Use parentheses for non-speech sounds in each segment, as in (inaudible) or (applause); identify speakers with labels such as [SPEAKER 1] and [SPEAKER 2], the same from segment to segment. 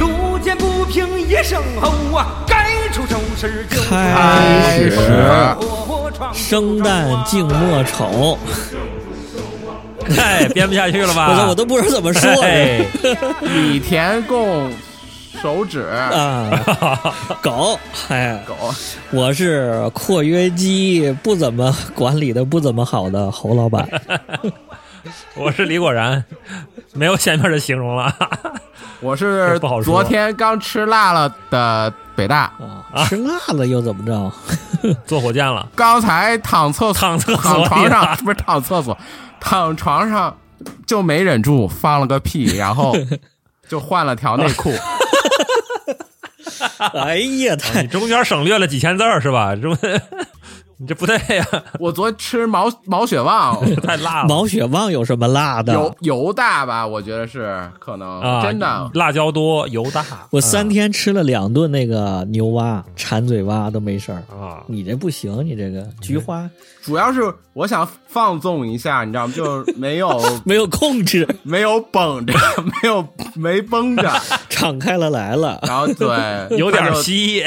[SPEAKER 1] 路见不平一声吼啊，该出手时就
[SPEAKER 2] 开始
[SPEAKER 3] 生旦净末丑，
[SPEAKER 4] 哎，编不下去了吧？
[SPEAKER 3] 我都我都不知道怎么说
[SPEAKER 4] 哎
[SPEAKER 3] 了
[SPEAKER 2] 李田共手指
[SPEAKER 4] (laughs)
[SPEAKER 3] 啊。狗，哎，
[SPEAKER 2] 狗，
[SPEAKER 3] 我是括约肌不怎么管理的不怎么好的侯老
[SPEAKER 4] (laughs)
[SPEAKER 3] 板。
[SPEAKER 4] 我是李果然，没有前面的形容了。 (laughs)
[SPEAKER 2] 我是
[SPEAKER 4] 不好说
[SPEAKER 2] 昨天刚吃辣了的北大，
[SPEAKER 4] 啊
[SPEAKER 3] 吃辣了又怎么
[SPEAKER 4] (laughs)
[SPEAKER 3] 着？
[SPEAKER 4] 坐火箭了，
[SPEAKER 2] 刚才躺厕所
[SPEAKER 4] 躺厕所
[SPEAKER 2] 躺
[SPEAKER 4] 里
[SPEAKER 2] 床上
[SPEAKER 4] 了
[SPEAKER 2] 不是躺厕所，躺床上就没忍住放了个
[SPEAKER 4] (laughs)
[SPEAKER 2] 屁，然后就换了条内裤。
[SPEAKER 3] 哎呀，太
[SPEAKER 4] 哦你中间省略了几千字儿是吧？中， (laughs) 你这不对呀、
[SPEAKER 2] 我昨吃毛毛血
[SPEAKER 4] (laughs)
[SPEAKER 2] 旺，
[SPEAKER 4] 太辣了。
[SPEAKER 3] 毛血旺有什么辣的？
[SPEAKER 2] 油油大吧？我觉得是可能、
[SPEAKER 4] 啊，
[SPEAKER 2] 真的。
[SPEAKER 4] 辣椒多，油大
[SPEAKER 3] 我三天吃了两顿那个牛蛙、馋嘴蛙都没事儿。
[SPEAKER 4] 啊，嗯
[SPEAKER 3] 你这不行，你这个菊花
[SPEAKER 2] 主要是我想放纵一下，你知道吗？就是没有 (laughs)
[SPEAKER 3] 没有控制，
[SPEAKER 2] 没有绷着， (laughs) 没有没绷着，
[SPEAKER 3] 敞开了来了，
[SPEAKER 4] 啊
[SPEAKER 2] 然后对，
[SPEAKER 4] (laughs) 有
[SPEAKER 2] 它
[SPEAKER 4] 点
[SPEAKER 2] 就，
[SPEAKER 4] 稀。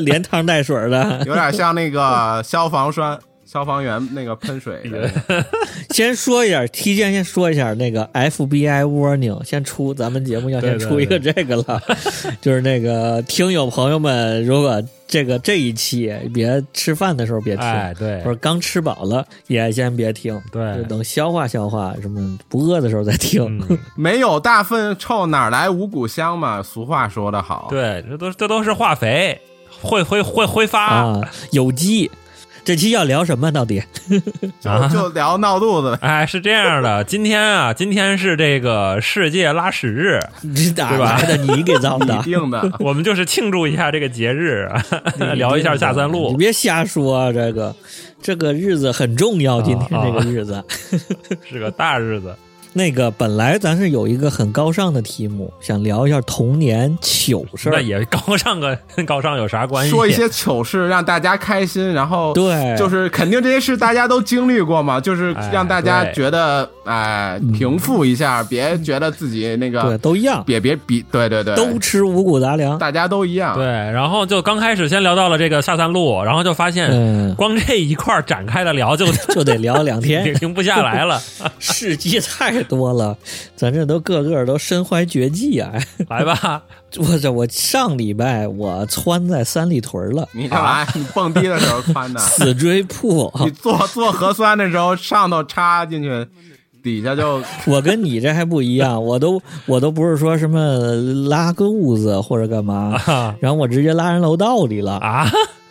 [SPEAKER 3] (laughs) 连汤带水的。
[SPEAKER 2] 有点像那个消防栓、消防员那个喷水的那个。
[SPEAKER 3] 先说一下，提前先说一下那个 FBI warning，先出咱们节目要先
[SPEAKER 4] 对对
[SPEAKER 3] 出一个这个了， (laughs) 就是那个听友朋友们，如果这个这一期别吃饭的时候别听，
[SPEAKER 4] 哎，对
[SPEAKER 3] 或，者刚吃饱了也先别听，
[SPEAKER 4] 对
[SPEAKER 3] 就等消化消化，什么不饿的时候再听。
[SPEAKER 4] 嗯，
[SPEAKER 2] 没有大粪臭，哪来五谷香嘛？俗话说得好。，
[SPEAKER 4] 对，这都这都是化肥，会会会挥发
[SPEAKER 3] (laughs) 啊，有机。这期要聊什么？到底
[SPEAKER 2] 就就聊闹肚子呗。
[SPEAKER 4] 哎，是这样的，今天啊，今天是这个世界拉屎日，
[SPEAKER 3] 你这哪
[SPEAKER 4] 对吧
[SPEAKER 3] 来的？你给造
[SPEAKER 2] 你
[SPEAKER 4] (laughs) 啊
[SPEAKER 3] 的？
[SPEAKER 2] 定的，
[SPEAKER 4] 我们就是庆祝一下这个节日， (laughs) 聊一下下三
[SPEAKER 3] 你
[SPEAKER 4] 路。
[SPEAKER 3] 别瞎说、啊，这个这个日子很重
[SPEAKER 4] 啊
[SPEAKER 3] 要。今天这个日子，
[SPEAKER 4] 是个大日子，
[SPEAKER 3] 那个本来咱是有一个很高尚的题目，想聊一下童年糗事
[SPEAKER 4] 那
[SPEAKER 3] 儿。
[SPEAKER 4] 也高尚个跟高尚有啥关系？
[SPEAKER 2] 说一些糗事让大家开心，然后
[SPEAKER 3] 对
[SPEAKER 2] 就是肯定这些事大家都经历过嘛，就是让大家
[SPEAKER 4] 哎对嗯
[SPEAKER 2] 觉得哎平复一下，别觉得自己那
[SPEAKER 4] 啊
[SPEAKER 3] 对，
[SPEAKER 2] 个
[SPEAKER 3] 都一样，
[SPEAKER 2] 别别比，对对对，
[SPEAKER 3] 都吃五谷杂粮。
[SPEAKER 2] 大家都一样，
[SPEAKER 4] 对，然后就刚开始先聊到了这个下三路，然后就发现
[SPEAKER 3] 嗯，
[SPEAKER 4] 光这一块儿展开的聊就
[SPEAKER 3] 就得聊两
[SPEAKER 4] 停 (laughs)
[SPEAKER 3] 天，
[SPEAKER 4] 停不下来了。
[SPEAKER 3] 事迹太多了，咱这都个个都身怀绝技啊！ (laughs)
[SPEAKER 4] 来吧，
[SPEAKER 3] 我这我上礼拜我窜在三里屯
[SPEAKER 4] (laughs)
[SPEAKER 3] 儿了，，
[SPEAKER 2] 你干
[SPEAKER 4] 啊
[SPEAKER 2] 嘛？你蹦迪的时候穿的
[SPEAKER 3] 死追铺。
[SPEAKER 2] 你做做核酸的时候上头插进
[SPEAKER 4] (laughs)
[SPEAKER 2] 去，底下就
[SPEAKER 3] 我跟你这还不一样，我都我都不是说什么拉肚子或者干嘛，然后我直接拉人楼道里了。
[SPEAKER 4] 啊，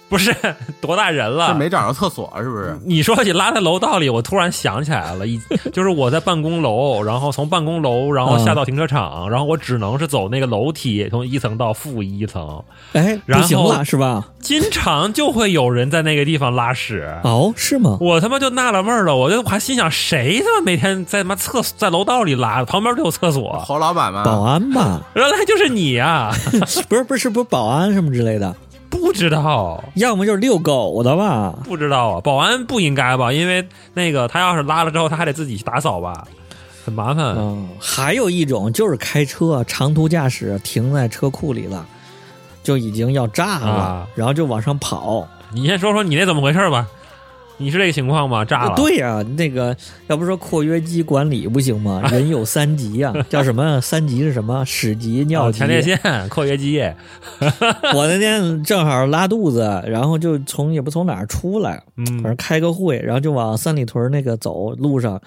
[SPEAKER 4] 不是多大人
[SPEAKER 2] 是
[SPEAKER 4] 了？
[SPEAKER 2] 没找着厕所
[SPEAKER 4] 啊
[SPEAKER 2] 是不是？
[SPEAKER 4] 你说起拉在楼道里，我突然想起来了，一就是我在办公楼，然后从办公楼，然后下到停车场，然后我只能是走那个楼梯，从一层到负一层，
[SPEAKER 3] 哎，不
[SPEAKER 4] 然
[SPEAKER 3] 行
[SPEAKER 4] 后
[SPEAKER 3] 了是吧？
[SPEAKER 4] 经常就会有人在那个地方拉屎。
[SPEAKER 3] 哦，是吗？
[SPEAKER 4] 我他妈就纳了闷儿了，我就还心想，谁他妈每天在他妈厕所在楼道里拉，旁边就有厕所，
[SPEAKER 2] 侯老
[SPEAKER 4] 啊
[SPEAKER 2] 板
[SPEAKER 3] 保
[SPEAKER 2] 吗？
[SPEAKER 3] 安吧，
[SPEAKER 4] 原来就是你呀、
[SPEAKER 3] (laughs) 不是不是不是保安什么之类的，
[SPEAKER 4] (laughs) 不知道，
[SPEAKER 3] 要么就是遛狗的吧？
[SPEAKER 4] 不知道啊，保安不应该吧？因为那个他要是拉了之后，他还得自己打扫吧，很麻烦。
[SPEAKER 3] 嗯，还有一种就是开车长途驾驶停在车库里了，就已经要炸了，
[SPEAKER 4] 啊
[SPEAKER 3] 然后就往上跑。
[SPEAKER 4] 你先说说你那怎么回事吧？你是这个情况吗？炸了？
[SPEAKER 3] 呃对呀、那个要不说括约肌管理不行
[SPEAKER 4] (laughs)
[SPEAKER 3] 吗？人有三急呀、叫什么三急是什么？屎急、尿
[SPEAKER 4] 哦，
[SPEAKER 3] 急、
[SPEAKER 4] 前列腺、 (laughs) 括约肌，
[SPEAKER 3] 我那天正好拉肚子，然后就从也不从哪儿出来，反
[SPEAKER 4] 嗯
[SPEAKER 3] 正开个会，然后就往三里屯那个走，路上，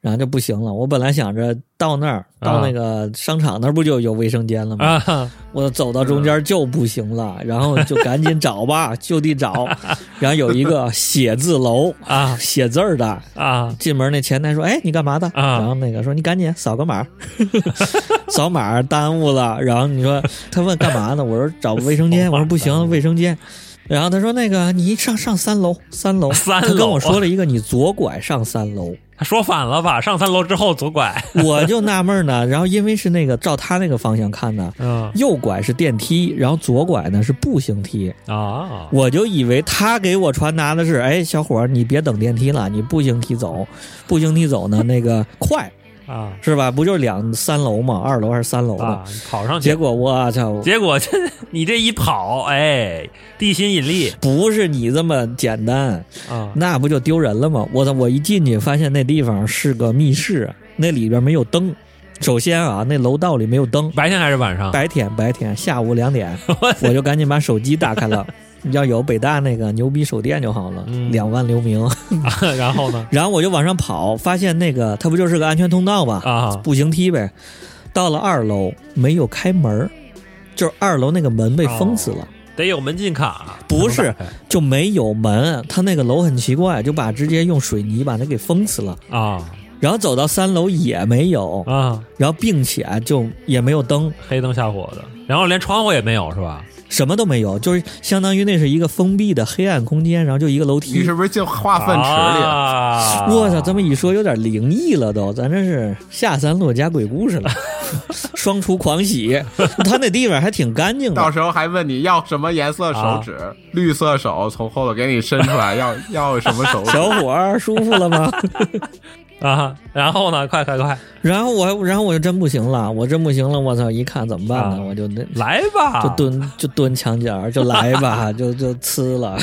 [SPEAKER 3] 然后就不行了。我本来想着到那儿，到那个商场那儿不就有卫生间了吗？
[SPEAKER 4] 啊，
[SPEAKER 3] 我走到中间就不行了，然后就赶紧找吧，就地
[SPEAKER 4] (laughs)
[SPEAKER 3] 找，然后有一个写字楼
[SPEAKER 4] 啊
[SPEAKER 3] 写字儿的，
[SPEAKER 4] 啊
[SPEAKER 3] 进门那前台说：“哎，你干嘛的？”
[SPEAKER 4] 啊
[SPEAKER 3] 然后那个说：“你赶紧扫个码， (laughs) 扫码耽误了。”然后你说他问干嘛呢？我说找卫生间。我说不行，卫生间。然后他说那个你上上三楼，三楼，
[SPEAKER 4] 三楼
[SPEAKER 3] 他跟我说了一个你左拐上三楼，
[SPEAKER 4] 他说反了吧？上三楼之后左拐，
[SPEAKER 3] 我就纳闷呢。然后因为是那个照他那个方向看呢，
[SPEAKER 4] 嗯
[SPEAKER 3] 右拐是电梯，然后左拐呢是步行梯，
[SPEAKER 4] 啊，
[SPEAKER 3] 我就以为他给我传达的是，哎，小伙儿，你别等电梯了，你步行梯走，步行梯走呢那个快
[SPEAKER 4] 啊
[SPEAKER 3] 是吧？不就是两三楼吗？二楼还是三楼
[SPEAKER 4] 啊
[SPEAKER 3] 的？！
[SPEAKER 4] 你跑上去，
[SPEAKER 3] 结果我操！
[SPEAKER 4] 结果这你这一跑，哎，地心引力
[SPEAKER 3] 不是你这么简单，
[SPEAKER 4] 啊
[SPEAKER 3] 那不就丢人了吗？我操！我一进去发现那地方是个密室，那里边没有灯。首先啊，那楼道里没有灯，
[SPEAKER 4] 白天还是晚上？
[SPEAKER 3] 白天白天下午两
[SPEAKER 4] (laughs)
[SPEAKER 3] 点，我就赶紧把手机打开了。要有北大那个牛逼手电就好了，
[SPEAKER 4] 嗯
[SPEAKER 3] 两万流明。
[SPEAKER 4] (laughs) 然
[SPEAKER 3] (laughs)
[SPEAKER 4] 后呢？
[SPEAKER 3] 然后我就往上跑，发现那个它不就是个安全通道吗？
[SPEAKER 4] 啊
[SPEAKER 3] 步行梯呗。到了二楼没有开门儿，就是二楼那个门被封死了，
[SPEAKER 4] 得有门禁卡，
[SPEAKER 3] 不是
[SPEAKER 4] 才能打开
[SPEAKER 3] 就没有门。它那个楼很奇怪，就把直接用水泥把它给封死了。
[SPEAKER 4] 啊
[SPEAKER 3] 然后走到三楼也没有，
[SPEAKER 4] 啊，
[SPEAKER 3] 然后并且就也没有灯，
[SPEAKER 4] 黑灯瞎火的，然后连窗户也没有是吧？
[SPEAKER 3] 什么都没有，就是相当于那是一个封闭的黑暗空间，然后就一个楼
[SPEAKER 2] 你
[SPEAKER 3] 梯
[SPEAKER 2] 是。不是进化粪池里了？
[SPEAKER 4] 啊！
[SPEAKER 3] 我操，这么一说有点灵异了都，咱这是下三路加鬼故事了，双出狂喜。他那地方还挺干净
[SPEAKER 2] 到
[SPEAKER 3] 的，
[SPEAKER 2] 时候还问你要什么颜色
[SPEAKER 4] 啊
[SPEAKER 2] 手指，绿色手从后头给你伸出
[SPEAKER 4] (laughs)
[SPEAKER 2] 来，要要什么手指？
[SPEAKER 3] 小伙儿舒服了吗？
[SPEAKER 4] 啊！然后呢？快快快，
[SPEAKER 3] (laughs) 然后我，然后我就真不行了，我真不行了，我操！一看怎么办呢？
[SPEAKER 4] 啊
[SPEAKER 3] 我就那
[SPEAKER 4] 来
[SPEAKER 3] (laughs)
[SPEAKER 4] 吧！
[SPEAKER 3] 就蹲就蹲墙角儿就来 (laughs) 吧，就就呲了。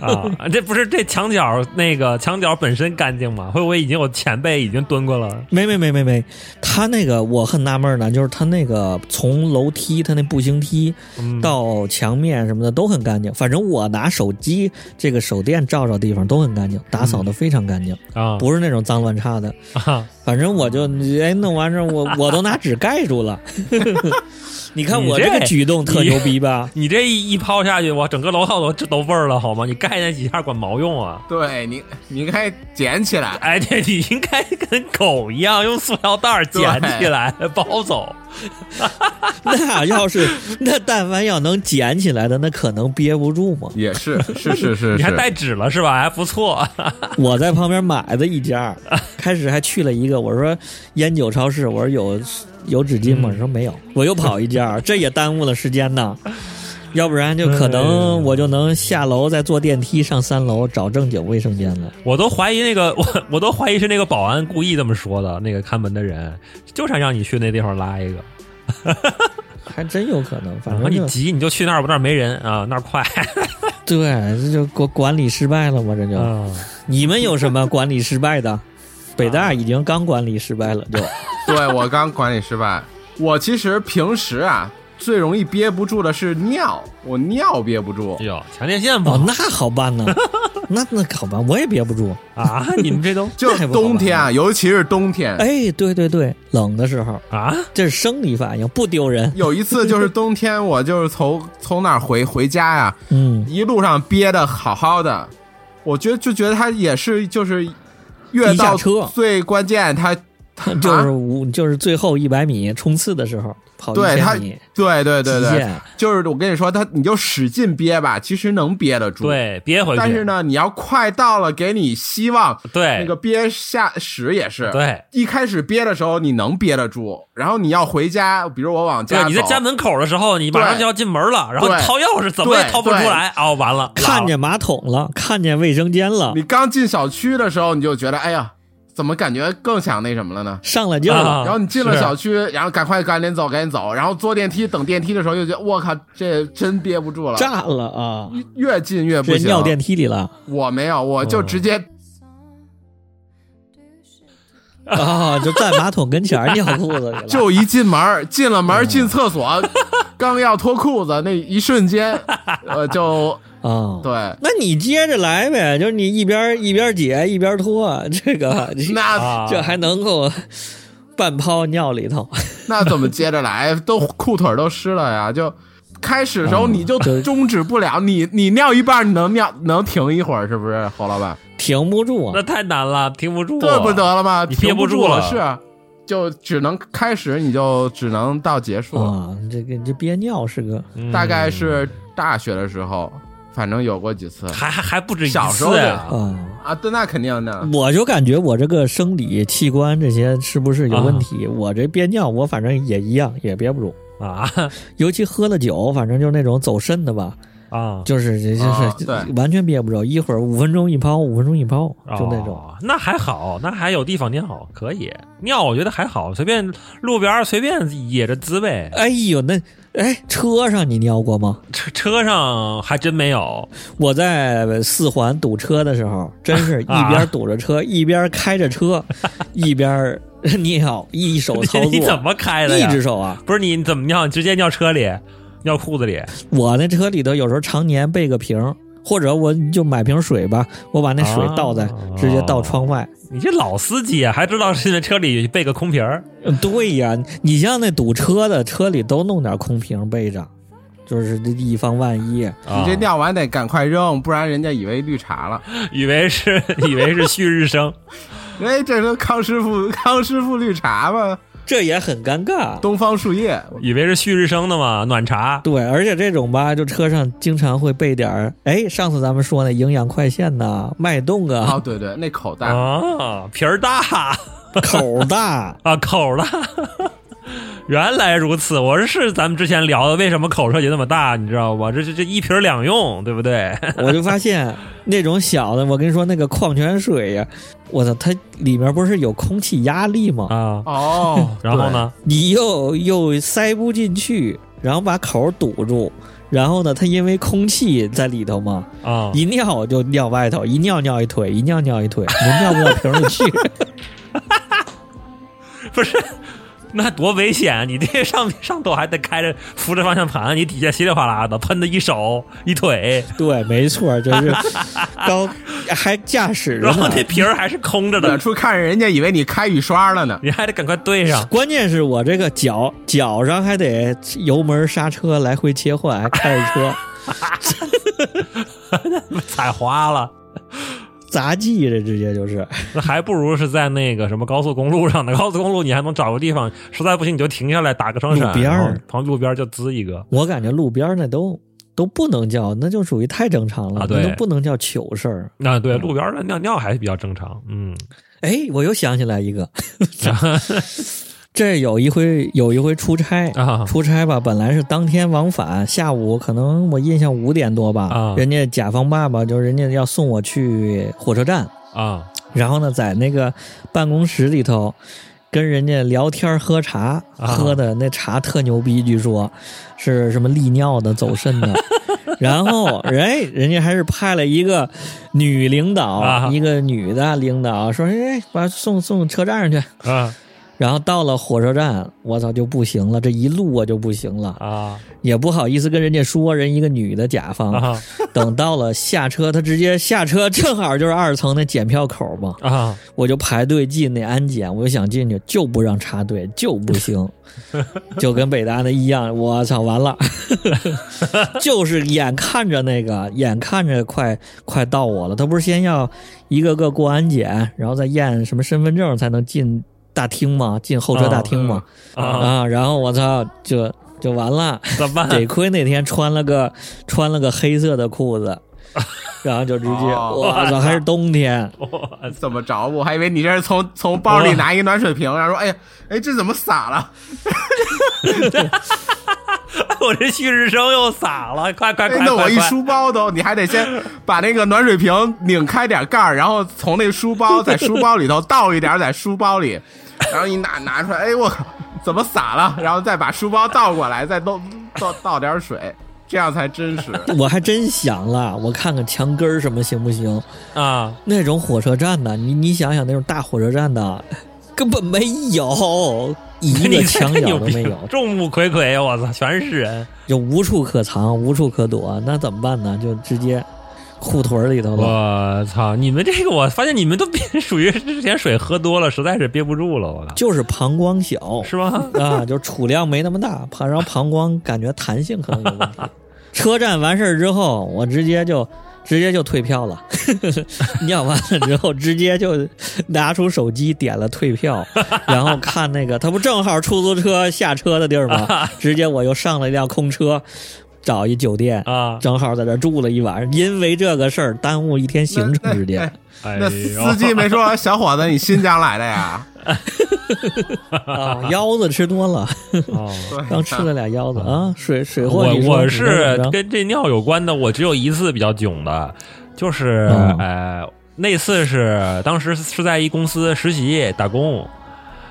[SPEAKER 4] 啊！这不是这墙角那个墙角本身干净吗？会不会已经有前辈已经蹲过了？
[SPEAKER 3] 没没没没没，他那个我很纳闷呢，就是他那个从楼梯，他那步行梯
[SPEAKER 4] 嗯
[SPEAKER 3] 到墙面什么的都很干净。反正我拿手机这个手电照照地方都很干净，打扫的非常干净，
[SPEAKER 4] 啊
[SPEAKER 3] 不是那种脏乱差的。
[SPEAKER 4] 啊！ (laughs)
[SPEAKER 3] 反正我就哎弄完之后，我我都拿纸盖住了。你看我
[SPEAKER 4] 你这
[SPEAKER 3] 个举动特牛逼吧？
[SPEAKER 4] 你这一一抛下去，哇，整个楼道都这都味儿了，好吗？你盖那几下管毛用啊？
[SPEAKER 2] 对你，你应该捡起来。
[SPEAKER 4] 哎，这你应该跟狗一样用塑料袋儿捡起来包走。
[SPEAKER 3] (laughs) 那要是那但凡要能捡起来的，那可能憋不住嘛。
[SPEAKER 2] 也
[SPEAKER 4] (laughs)
[SPEAKER 2] 是，是是是
[SPEAKER 4] 你还
[SPEAKER 2] 是，
[SPEAKER 4] 带纸了是吧？还不错。 (laughs)
[SPEAKER 3] 我在旁边买的一家，开始还去了一个，我说烟酒超市，我说有有纸巾吗？说没有，我又跑一家，这也耽误了时间呢。要不然就可能我就能下楼，再坐电梯上三楼找正经卫生间了。
[SPEAKER 4] 我都怀疑那个，我我都怀疑是那个保安故意这么说的，那个看门的人就想让你去那地方拉一个，
[SPEAKER 3] 还真有可能，反
[SPEAKER 4] 然
[SPEAKER 3] 正
[SPEAKER 4] 后啊你
[SPEAKER 2] 嗯
[SPEAKER 3] 就
[SPEAKER 4] 急你就去那儿吧，那儿没人啊，那儿快
[SPEAKER 3] 对，这就管管理失败了嘛，这就。
[SPEAKER 2] 嗯
[SPEAKER 4] 啊，
[SPEAKER 3] 你们有什么管理失败的？北大已经刚管理失败了，
[SPEAKER 2] 啊
[SPEAKER 3] 就
[SPEAKER 2] 对我刚管理失败。我其实平时啊，最容易憋不住的是尿，我尿憋不住
[SPEAKER 4] (laughs) 哎。呦，强电线
[SPEAKER 3] 哦
[SPEAKER 2] 嗯
[SPEAKER 4] 吧，
[SPEAKER 3] 那好办
[SPEAKER 2] (laughs)
[SPEAKER 3] 呢，那那好办，我也憋不住。
[SPEAKER 4] 啊，你们这都
[SPEAKER 2] (laughs) 就
[SPEAKER 3] 那还
[SPEAKER 2] 是
[SPEAKER 3] 不好
[SPEAKER 2] 冬天啊，尤其是冬天。
[SPEAKER 3] 哎，对对对，冷的时候，
[SPEAKER 4] 啊，
[SPEAKER 3] 这是生理反应，不丢人。
[SPEAKER 2] 有一次就是冬天，我就是从从哪儿回回家呀、
[SPEAKER 3] 嗯，
[SPEAKER 2] 一路上憋得好好的，我觉得就觉得他也是就是越
[SPEAKER 3] 一
[SPEAKER 2] 到
[SPEAKER 3] 下车
[SPEAKER 2] 最关键，
[SPEAKER 4] (laughs)
[SPEAKER 2] 他他
[SPEAKER 3] 就是
[SPEAKER 2] 啊
[SPEAKER 3] 五，就是最后一百米冲刺的时候，跑一
[SPEAKER 2] 对他
[SPEAKER 3] 千米，
[SPEAKER 2] 对对对
[SPEAKER 3] 极
[SPEAKER 2] 对，
[SPEAKER 3] 限。
[SPEAKER 2] 就是我跟你说，他你就使劲憋吧，其实能憋得住。，
[SPEAKER 4] 对，憋回去，
[SPEAKER 2] 但是呢，你要快到了，给你希望，那
[SPEAKER 4] 对
[SPEAKER 2] 个憋下屎也是。
[SPEAKER 4] 对
[SPEAKER 2] 一开始憋的时候你能憋得住，然后你要回家，比如我往家
[SPEAKER 4] 对，
[SPEAKER 2] 走，
[SPEAKER 4] 你在家门口的时候，你马上就要进门了，然后
[SPEAKER 2] 对
[SPEAKER 4] 掏钥匙怎么也掏不出来，哦，完了，
[SPEAKER 3] 看见马桶了，看见卫生间了
[SPEAKER 2] (laughs) 你，刚进小区的时候，你就觉得哎呀，怎么感觉更想那什么了呢？
[SPEAKER 3] 上来劲儿了。
[SPEAKER 4] 啊
[SPEAKER 2] 然后你进了
[SPEAKER 4] 是
[SPEAKER 2] 小区，然后赶快赶紧走，赶紧走。然后坐电梯，等电梯的时候又觉得我靠，这真憋不住了，
[SPEAKER 3] 炸了啊！
[SPEAKER 2] 越进越不
[SPEAKER 3] 这
[SPEAKER 2] 行。
[SPEAKER 3] 尿电梯里了
[SPEAKER 2] 我没有，我就直接、
[SPEAKER 3] 啊，就站马桶跟前儿尿裤子里了。
[SPEAKER 2] (laughs) 就一进门儿，进了门儿进厕
[SPEAKER 4] (laughs)
[SPEAKER 2] 所，刚要脱裤子那一瞬间，呃，就
[SPEAKER 3] 啊，
[SPEAKER 2] 对，
[SPEAKER 3] 那你接着来呗，就是你一边儿一边儿解一边儿脱，这个这
[SPEAKER 2] 那、
[SPEAKER 4] 啊，
[SPEAKER 3] (laughs) 这还能够 (laughs) 半泡尿里头。
[SPEAKER 2] 那怎么接着来？都裤腿儿都湿了
[SPEAKER 4] (laughs)
[SPEAKER 2] 呀，就。开始的时候你就
[SPEAKER 3] 对
[SPEAKER 2] 终止不了，你你尿一半儿你能尿能停一会儿是不是，侯老板？
[SPEAKER 3] 停不住啊
[SPEAKER 4] 那！太难了，停不住，啊
[SPEAKER 2] 这不得了吗？
[SPEAKER 4] 你
[SPEAKER 2] 停
[SPEAKER 4] 憋不
[SPEAKER 2] 住
[SPEAKER 4] 住了
[SPEAKER 2] 是啊，就只能开始，你就只能到结束。
[SPEAKER 3] 啊，这个这憋尿是个
[SPEAKER 4] 嗯
[SPEAKER 2] 大概是大学的时候，反正有过几次
[SPEAKER 4] 还还还不止一
[SPEAKER 2] 小时候
[SPEAKER 4] 次呀、
[SPEAKER 3] 啊。
[SPEAKER 2] 啊，对，那肯定的。
[SPEAKER 3] 我就感觉我这个生理器官这些是不是有问
[SPEAKER 2] 啊
[SPEAKER 3] 题？我这憋尿，我反正也一样，也憋不住。
[SPEAKER 4] 啊
[SPEAKER 3] 尤其喝了酒，反正就是那种走肾的吧，
[SPEAKER 4] 啊，
[SPEAKER 3] 就是就
[SPEAKER 2] 啊
[SPEAKER 3] 是、
[SPEAKER 2] 对
[SPEAKER 3] 完全憋不住，一会儿五分钟一泡，五分钟一泡， (laughs) 就那种。
[SPEAKER 4] 哦那还好，那还有地方尿可以尿，我觉得还好，随便路边儿随便野着滋呗。
[SPEAKER 3] 哎呦，那哎，车上你尿过吗？
[SPEAKER 4] 车车上还真没有，
[SPEAKER 3] 我在四环堵车的时
[SPEAKER 4] (laughs)
[SPEAKER 3] 候，真是一
[SPEAKER 4] 啊
[SPEAKER 3] 边堵着车，一边开着车，
[SPEAKER 4] (laughs)
[SPEAKER 3] 一边尿，一手操作，
[SPEAKER 4] 你怎么开的
[SPEAKER 3] 一
[SPEAKER 4] 呀？
[SPEAKER 3] 只手啊？
[SPEAKER 4] 不是你你怎么尿？你直接尿车里，尿裤子里
[SPEAKER 3] 我那车里头有时候常年备个瓶儿，或者我就买瓶水吧，我把那水倒在，
[SPEAKER 4] 啊
[SPEAKER 3] 直接倒窗外。
[SPEAKER 4] 你这老司机啊，还知道是在车里备个空瓶儿
[SPEAKER 3] 对呀，你像那堵车的，车里都弄点空瓶备着，就是以防万一。
[SPEAKER 4] 啊？
[SPEAKER 2] 你这尿完得赶快扔，不然人家以为绿茶了。
[SPEAKER 4] 啊以为是 (laughs) 以为是旭日升，
[SPEAKER 2] 哎，这是康师傅，康师傅绿茶吧？
[SPEAKER 3] 这也很尴尬。
[SPEAKER 2] 东方树叶，
[SPEAKER 4] 以为是旭日升的嘛，暖茶
[SPEAKER 3] 对，而且这种吧，就车上经常会备点儿，哎，上次咱们说那营养快线呐、脉动啊
[SPEAKER 2] 哦，、对对，那口袋，
[SPEAKER 4] 啊，皮儿大，
[SPEAKER 3] (laughs) 口大
[SPEAKER 4] 啊，口啊大。 (laughs) 原来如此，我是是咱们之前聊的，为什么口射节那么大，你知道吧？这这这一瓶儿两用，对不对？啊
[SPEAKER 3] 我就发现那种小的，我跟你说那个矿泉水呀，我操，它里面不是有空气压力吗？
[SPEAKER 4] 啊，，
[SPEAKER 2] 哦
[SPEAKER 4] (laughs) 然后呢？
[SPEAKER 3] 你又又塞不进去，然后把口堵住，然后呢，它因为空气在里头嘛，
[SPEAKER 4] 啊，
[SPEAKER 3] 一尿就尿外头，一尿尿一腿，一尿尿一腿，你尿不到瓶里
[SPEAKER 4] (laughs)
[SPEAKER 3] 去。
[SPEAKER 4] 不是，那多危险！啊你这上 (laughs) 上头还得开着扶着方向盘，你底下稀里哗啦的喷的一手一腿，
[SPEAKER 3] 对，没错，就是高还驾驶着
[SPEAKER 4] 然后
[SPEAKER 3] 呢
[SPEAKER 4] 那。瓶儿还是空着
[SPEAKER 2] 远
[SPEAKER 4] 的，
[SPEAKER 2] 处看着人家以为你开雨刷了呢。
[SPEAKER 4] 你还得赶快对上。
[SPEAKER 3] 关键是我这个脚脚上还得油门刹车来回切换，还开着车
[SPEAKER 4] (laughs) 踩花了，
[SPEAKER 3] 杂技，这直接就是
[SPEAKER 4] 那还不如是在那个什么高速公路上呢。高速公路你还能找个地方，实在不行你就停下来打个双闪，
[SPEAKER 3] 路边儿
[SPEAKER 4] 然后旁路边儿就滋一个
[SPEAKER 3] 我感觉路边儿那都都不能叫，那就属于太正常了，
[SPEAKER 4] 啊
[SPEAKER 3] 那
[SPEAKER 4] 对
[SPEAKER 3] 都不能叫糗事儿。
[SPEAKER 4] 啊。
[SPEAKER 2] 嗯
[SPEAKER 4] 对，路边儿的尿尿还比较正常，嗯
[SPEAKER 3] 哎，我又想起来一
[SPEAKER 4] (laughs)
[SPEAKER 3] 个，这有一回有一回出差
[SPEAKER 4] 啊
[SPEAKER 3] 出差吧，本来是当天往返，下午可能我印象五点多吧，
[SPEAKER 4] 啊
[SPEAKER 3] 人家甲方爸爸就人家要送我去火车站，
[SPEAKER 4] 啊
[SPEAKER 3] 然后呢，在那个办公室里头跟人家聊天喝茶，
[SPEAKER 4] 啊
[SPEAKER 3] 喝的那茶特牛逼，据说是什么利尿的、走肾
[SPEAKER 4] (laughs)
[SPEAKER 3] 的。然后，哎，人家还是派了一个女领导，
[SPEAKER 4] 啊
[SPEAKER 3] 一个女的领导，说：“哎，把送送车站上去。
[SPEAKER 4] 啊”
[SPEAKER 3] 然后到了火车站，我操就不行了，这一路我就不行了，
[SPEAKER 4] 啊
[SPEAKER 3] 也不好意思跟人家说，人一个女的甲方。
[SPEAKER 4] 啊
[SPEAKER 3] 等到了下车，她直接下车，正好就是二层那检票口嘛。
[SPEAKER 4] 啊！
[SPEAKER 3] 我就排队进那安检，我就想进去，就不让插队，就不
[SPEAKER 4] (laughs)
[SPEAKER 3] 行，就跟北大的一样，我操，完了， (laughs) 就是眼看着那个，眼看着快快到我了，他不是先要一个个过安检，然后再验什么身份证才能进大厅吗？进候车大厅吗？
[SPEAKER 4] 啊
[SPEAKER 3] 然后我操，就就完
[SPEAKER 4] (laughs)
[SPEAKER 3] 了，
[SPEAKER 4] 怎么办？
[SPEAKER 3] 得亏那天穿了个穿了个黑色的裤
[SPEAKER 4] (laughs)
[SPEAKER 3] 子。然后就直接，
[SPEAKER 2] 哦
[SPEAKER 3] 我操，还是冬天，
[SPEAKER 4] 我
[SPEAKER 2] 怎么着我？还以为你这是从从包里拿一个暖水瓶，然后说：“哎呀，哎，这怎么洒了？
[SPEAKER 4] 我这旭日升又洒了，快快
[SPEAKER 2] 哎
[SPEAKER 4] 快，
[SPEAKER 2] 那我
[SPEAKER 4] 快
[SPEAKER 2] 一
[SPEAKER 4] 快
[SPEAKER 2] 书包都，你还得先把那个暖水瓶拧开点盖儿，然后从那书包在书包里头倒一点儿在书包里，然后一拿拿出来，哎我靠，怎么洒了？然后再把书包倒过来，再倒倒倒点儿水，这样才真实。
[SPEAKER 3] (laughs) 我还真想了，我看看墙根儿什么行不行？
[SPEAKER 4] 啊！
[SPEAKER 3] 那种火车站的，你你想想那种大火车站的， (laughs) 根本没有一
[SPEAKER 4] 你
[SPEAKER 3] 个
[SPEAKER 4] 这
[SPEAKER 3] 墙
[SPEAKER 4] 太
[SPEAKER 3] (laughs) 角
[SPEAKER 4] 牛
[SPEAKER 3] 都
[SPEAKER 4] 逼
[SPEAKER 3] 没
[SPEAKER 4] 了
[SPEAKER 3] 有，
[SPEAKER 4] 众目睽睽，我操，全是人！
[SPEAKER 3] 就无处可藏，无处可躲，那怎么办呢？就直接裤腿儿里头了。
[SPEAKER 4] 我操！你们这个，我发现你们都憋，属于之前水喝多了，实在是憋不住了，我靠，
[SPEAKER 3] 就是膀胱小
[SPEAKER 4] 是吗？
[SPEAKER 3] 啊，就储量没那么大，膀然后膀胱感觉弹性可能有问题。车站完事儿之后，我直接就直接就退票了， (laughs) 尿完了之后直接就拿出手机点了退票，然后看
[SPEAKER 4] (laughs)
[SPEAKER 3] 那个，他不正好出租车下车的地儿吗？直接我又上了一辆空车。找一酒店，
[SPEAKER 4] 啊，
[SPEAKER 3] 正好在这儿住了一晚上，因为这个事儿耽误一天行程时间。
[SPEAKER 2] (laughs)
[SPEAKER 4] 哎
[SPEAKER 2] 那
[SPEAKER 4] 呦，
[SPEAKER 2] 司机没说，小伙子，你新疆来的呀？
[SPEAKER 3] 啊，腰子吃多了，
[SPEAKER 4] 哦
[SPEAKER 2] 对
[SPEAKER 3] 刚吃了俩腰子啊，水水货
[SPEAKER 4] 我
[SPEAKER 3] 你说
[SPEAKER 4] 我
[SPEAKER 3] 你说
[SPEAKER 4] 是
[SPEAKER 3] 怎么着
[SPEAKER 4] 跟这尿有关的，我只有一次比较囧的，就是
[SPEAKER 3] 嗯
[SPEAKER 4] 呃，那次是当时是在一公司实习打工，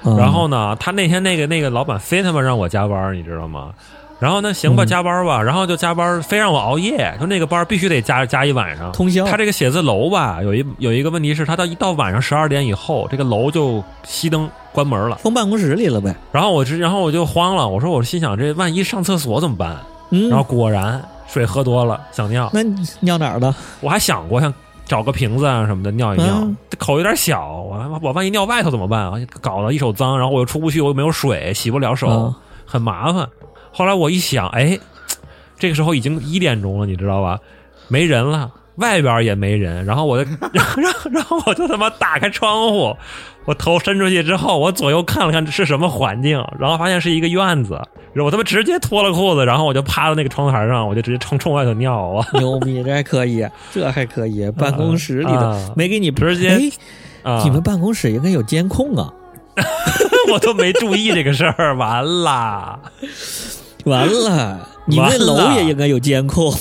[SPEAKER 3] 嗯
[SPEAKER 4] 然后呢，他那天那个那个老板非他妈让我加班儿，你知道吗？然后那行吧，
[SPEAKER 3] 嗯
[SPEAKER 4] 加班儿吧，然后就加班儿，非让我熬夜，说那个班儿必须得加加一晚上。
[SPEAKER 3] 啊通宵
[SPEAKER 4] 他这个写字楼吧，有一有一个问题是，他到一到晚上十二点以后，这个楼就熄灯关门了。
[SPEAKER 3] 封办公室里了呗。
[SPEAKER 4] 然后我这，然后我就慌了，我说我心想这万一上厕所怎么办？
[SPEAKER 3] 嗯
[SPEAKER 4] 然，后果然水喝多了想尿，
[SPEAKER 3] 那你尿哪儿
[SPEAKER 4] (laughs)
[SPEAKER 3] 了？
[SPEAKER 4] 我还想过想找个瓶子啊什么的尿一尿，
[SPEAKER 3] 嗯
[SPEAKER 4] 这口有点小，我我万一尿外头怎么办啊？搞得一手脏，然后我又出不去，我又没有水，洗不了手，
[SPEAKER 3] 嗯
[SPEAKER 4] 很麻烦。后来我一想，哎，这个时候已经一点钟了，你知道吧？没人了，外边也没人。然后我就， (laughs) 然后然后然后我就他妈打开窗户，我头伸出去之后，我左右看了看是什么环境，然后发现是一个院子。我他妈直接脱了裤子，然后我就趴到那个窗台上，我就直接冲冲外头尿啊！
[SPEAKER 3] 牛逼，这还可以，这还可以，办公室里
[SPEAKER 4] 啊
[SPEAKER 3] 的没给你
[SPEAKER 4] 直接
[SPEAKER 3] 哎
[SPEAKER 4] 啊，
[SPEAKER 3] 你们办公室应该有监控啊！
[SPEAKER 4] (laughs) 我都没注意这个事儿，完啦，
[SPEAKER 3] 完
[SPEAKER 4] (laughs)
[SPEAKER 3] 了，你们那楼也应该有监控。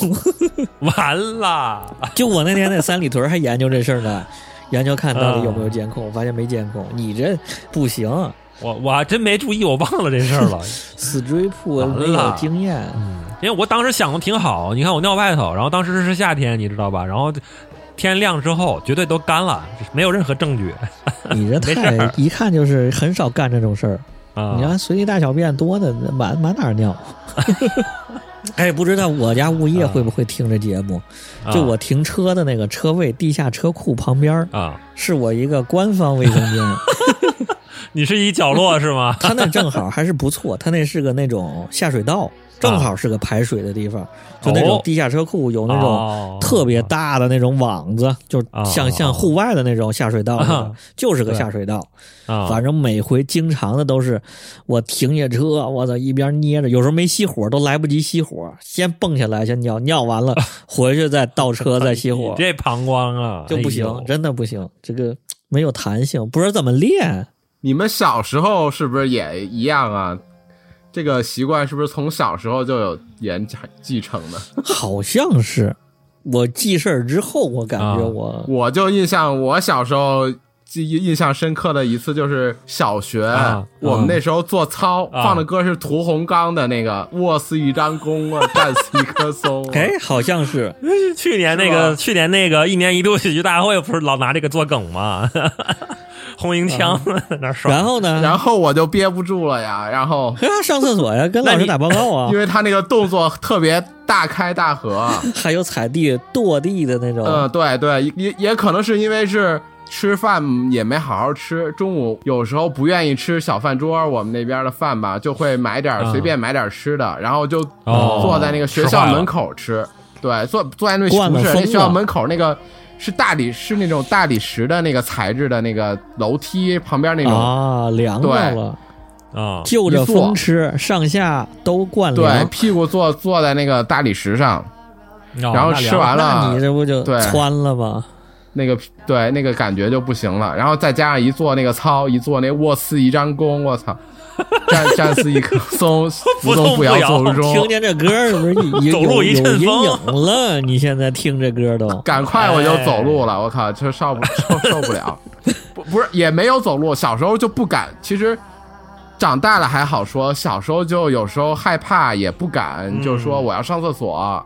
[SPEAKER 4] 完啦！
[SPEAKER 3] (laughs) 就我那天在三里屯还研究这事儿
[SPEAKER 4] (laughs)
[SPEAKER 3] 呢，研究看到底有没有监控，我
[SPEAKER 4] 啊
[SPEAKER 3] 发现没监控。你这不行，
[SPEAKER 4] 我我还真没注意，我忘了这事儿
[SPEAKER 3] (laughs)
[SPEAKER 4] 了。
[SPEAKER 3] 死追铺没
[SPEAKER 4] 完
[SPEAKER 3] 有
[SPEAKER 4] 了嗯
[SPEAKER 3] 经验。
[SPEAKER 4] 因为我当时想的挺好，你看我尿外头，然后当时是夏天，你知道吧？然后天亮之后绝对都干了，没有任何证据
[SPEAKER 3] 你
[SPEAKER 4] (laughs)
[SPEAKER 3] 这太一看就是很少干这种事儿。
[SPEAKER 4] 啊。
[SPEAKER 3] 你要随地大小便多的，那满满哪儿
[SPEAKER 4] (laughs)
[SPEAKER 3] 尿？哎，不知道我家物业会不会听这节目？
[SPEAKER 4] 啊
[SPEAKER 3] 就我停车的那个车位，地下车库旁边儿
[SPEAKER 4] 啊，
[SPEAKER 3] 是我一个官方卫生间，
[SPEAKER 4] 你是一角落是吗？
[SPEAKER 3] 他那正好还是不错，他那是个那种下水
[SPEAKER 4] 啊
[SPEAKER 3] 道，正好是个排水的地方，就那种地下车库有那种
[SPEAKER 4] 哦
[SPEAKER 3] 特别大的那种网子，就是像
[SPEAKER 4] 哦
[SPEAKER 3] 像户外的那种下水道似的
[SPEAKER 4] 啊，
[SPEAKER 3] 就是个
[SPEAKER 4] 对
[SPEAKER 3] 下水道。(laughs)
[SPEAKER 4] 啊，
[SPEAKER 3] 反正每回经常的都是我停下车，我操，一边捏着，有时候没熄火，都来不及熄火，先蹦下来先尿，尿完
[SPEAKER 2] (laughs)
[SPEAKER 3] 了回去再倒车再熄火
[SPEAKER 4] 你，
[SPEAKER 2] 哎
[SPEAKER 4] 这膀胱啊
[SPEAKER 3] 就不
[SPEAKER 4] 哎
[SPEAKER 3] 行
[SPEAKER 4] 呦，
[SPEAKER 3] 真的不行，这个没有弹性，不知道怎么练。
[SPEAKER 2] 你们小时候是不是也一样啊？这个习惯是不是从小时候就有延继承
[SPEAKER 4] (laughs)
[SPEAKER 2] 的？
[SPEAKER 3] 好像是我记事儿之后，我感觉
[SPEAKER 4] 啊
[SPEAKER 3] 我
[SPEAKER 2] 我就印象，我小时候记忆印象深刻的一次就是小学，
[SPEAKER 4] 啊
[SPEAKER 2] 我们那时候做操、
[SPEAKER 4] 啊
[SPEAKER 2] 放的歌是屠洪刚的那个“卧似一张弓啊，站似一棵松”。啊
[SPEAKER 4] (laughs)
[SPEAKER 3] 哎，好像是
[SPEAKER 4] 去年那
[SPEAKER 2] 是
[SPEAKER 4] 个
[SPEAKER 2] 吧
[SPEAKER 4] 去年那个一年一度喜剧大会不是老拿这个做梗吗？ (laughs) 红缨枪在那儿耍，
[SPEAKER 3] 嗯然后呢？
[SPEAKER 2] 然后我就憋不住了呀，然后
[SPEAKER 3] 啊上厕所呀，跟
[SPEAKER 4] 那
[SPEAKER 3] 老师
[SPEAKER 4] 你
[SPEAKER 3] 打报告啊
[SPEAKER 2] 因，为他那个动作特别大开大合，啊
[SPEAKER 3] 还有踩地跺地的那种。
[SPEAKER 2] 嗯，对对，也也可能是因为是吃饭也没好好吃，中午有时候不愿意吃小饭桌，我们那边的饭吧，就会买点儿、
[SPEAKER 4] 嗯
[SPEAKER 2] 随便买点儿吃的，然后就
[SPEAKER 4] 哦
[SPEAKER 2] 坐在那个学
[SPEAKER 4] 吃
[SPEAKER 2] 校
[SPEAKER 4] 坏了
[SPEAKER 2] 门口吃。对，坐坐在那
[SPEAKER 3] 惯
[SPEAKER 2] 不
[SPEAKER 3] 了
[SPEAKER 2] 是那
[SPEAKER 3] 疯
[SPEAKER 2] 学校
[SPEAKER 3] 了
[SPEAKER 2] 门口那个是大理是那种大理石的那个材质的那个楼梯旁边那种，
[SPEAKER 3] 啊，
[SPEAKER 4] 哦
[SPEAKER 3] 凉到
[SPEAKER 2] 对
[SPEAKER 3] 了，
[SPEAKER 4] 啊
[SPEAKER 3] 就着
[SPEAKER 2] 一坐
[SPEAKER 3] 风吃，上下都灌
[SPEAKER 2] 对
[SPEAKER 3] 凉，。
[SPEAKER 2] 屁股坐坐在那个大理石上，然
[SPEAKER 4] 然
[SPEAKER 2] 后吃完
[SPEAKER 3] 那
[SPEAKER 2] 了
[SPEAKER 3] 你这不就
[SPEAKER 2] 对
[SPEAKER 3] 穿了吗？
[SPEAKER 2] 那个对那个感觉就不行了，然后再加上一做那个操，一做那卧似一张弓，我操，站站似一棵
[SPEAKER 3] (laughs)
[SPEAKER 2] 松，
[SPEAKER 4] 不
[SPEAKER 2] 不
[SPEAKER 4] 动
[SPEAKER 2] 动
[SPEAKER 4] 不
[SPEAKER 2] 不
[SPEAKER 4] 摇
[SPEAKER 2] 摇走路
[SPEAKER 3] 听
[SPEAKER 2] 中。
[SPEAKER 3] 见这歌儿是不是有
[SPEAKER 4] (laughs) 走
[SPEAKER 3] 有
[SPEAKER 4] 路一
[SPEAKER 3] 有
[SPEAKER 4] 阵
[SPEAKER 3] 阴
[SPEAKER 4] 风
[SPEAKER 3] 影了？你现在听这歌都
[SPEAKER 2] (laughs) 赶快我就走路
[SPEAKER 3] 哎
[SPEAKER 2] 了，我靠，这受不受受不了，不不是也没有走路，小时候就不敢，其实长大了还好说，小时候就有时候害怕也不敢，
[SPEAKER 4] 嗯
[SPEAKER 2] 就说我要上厕所，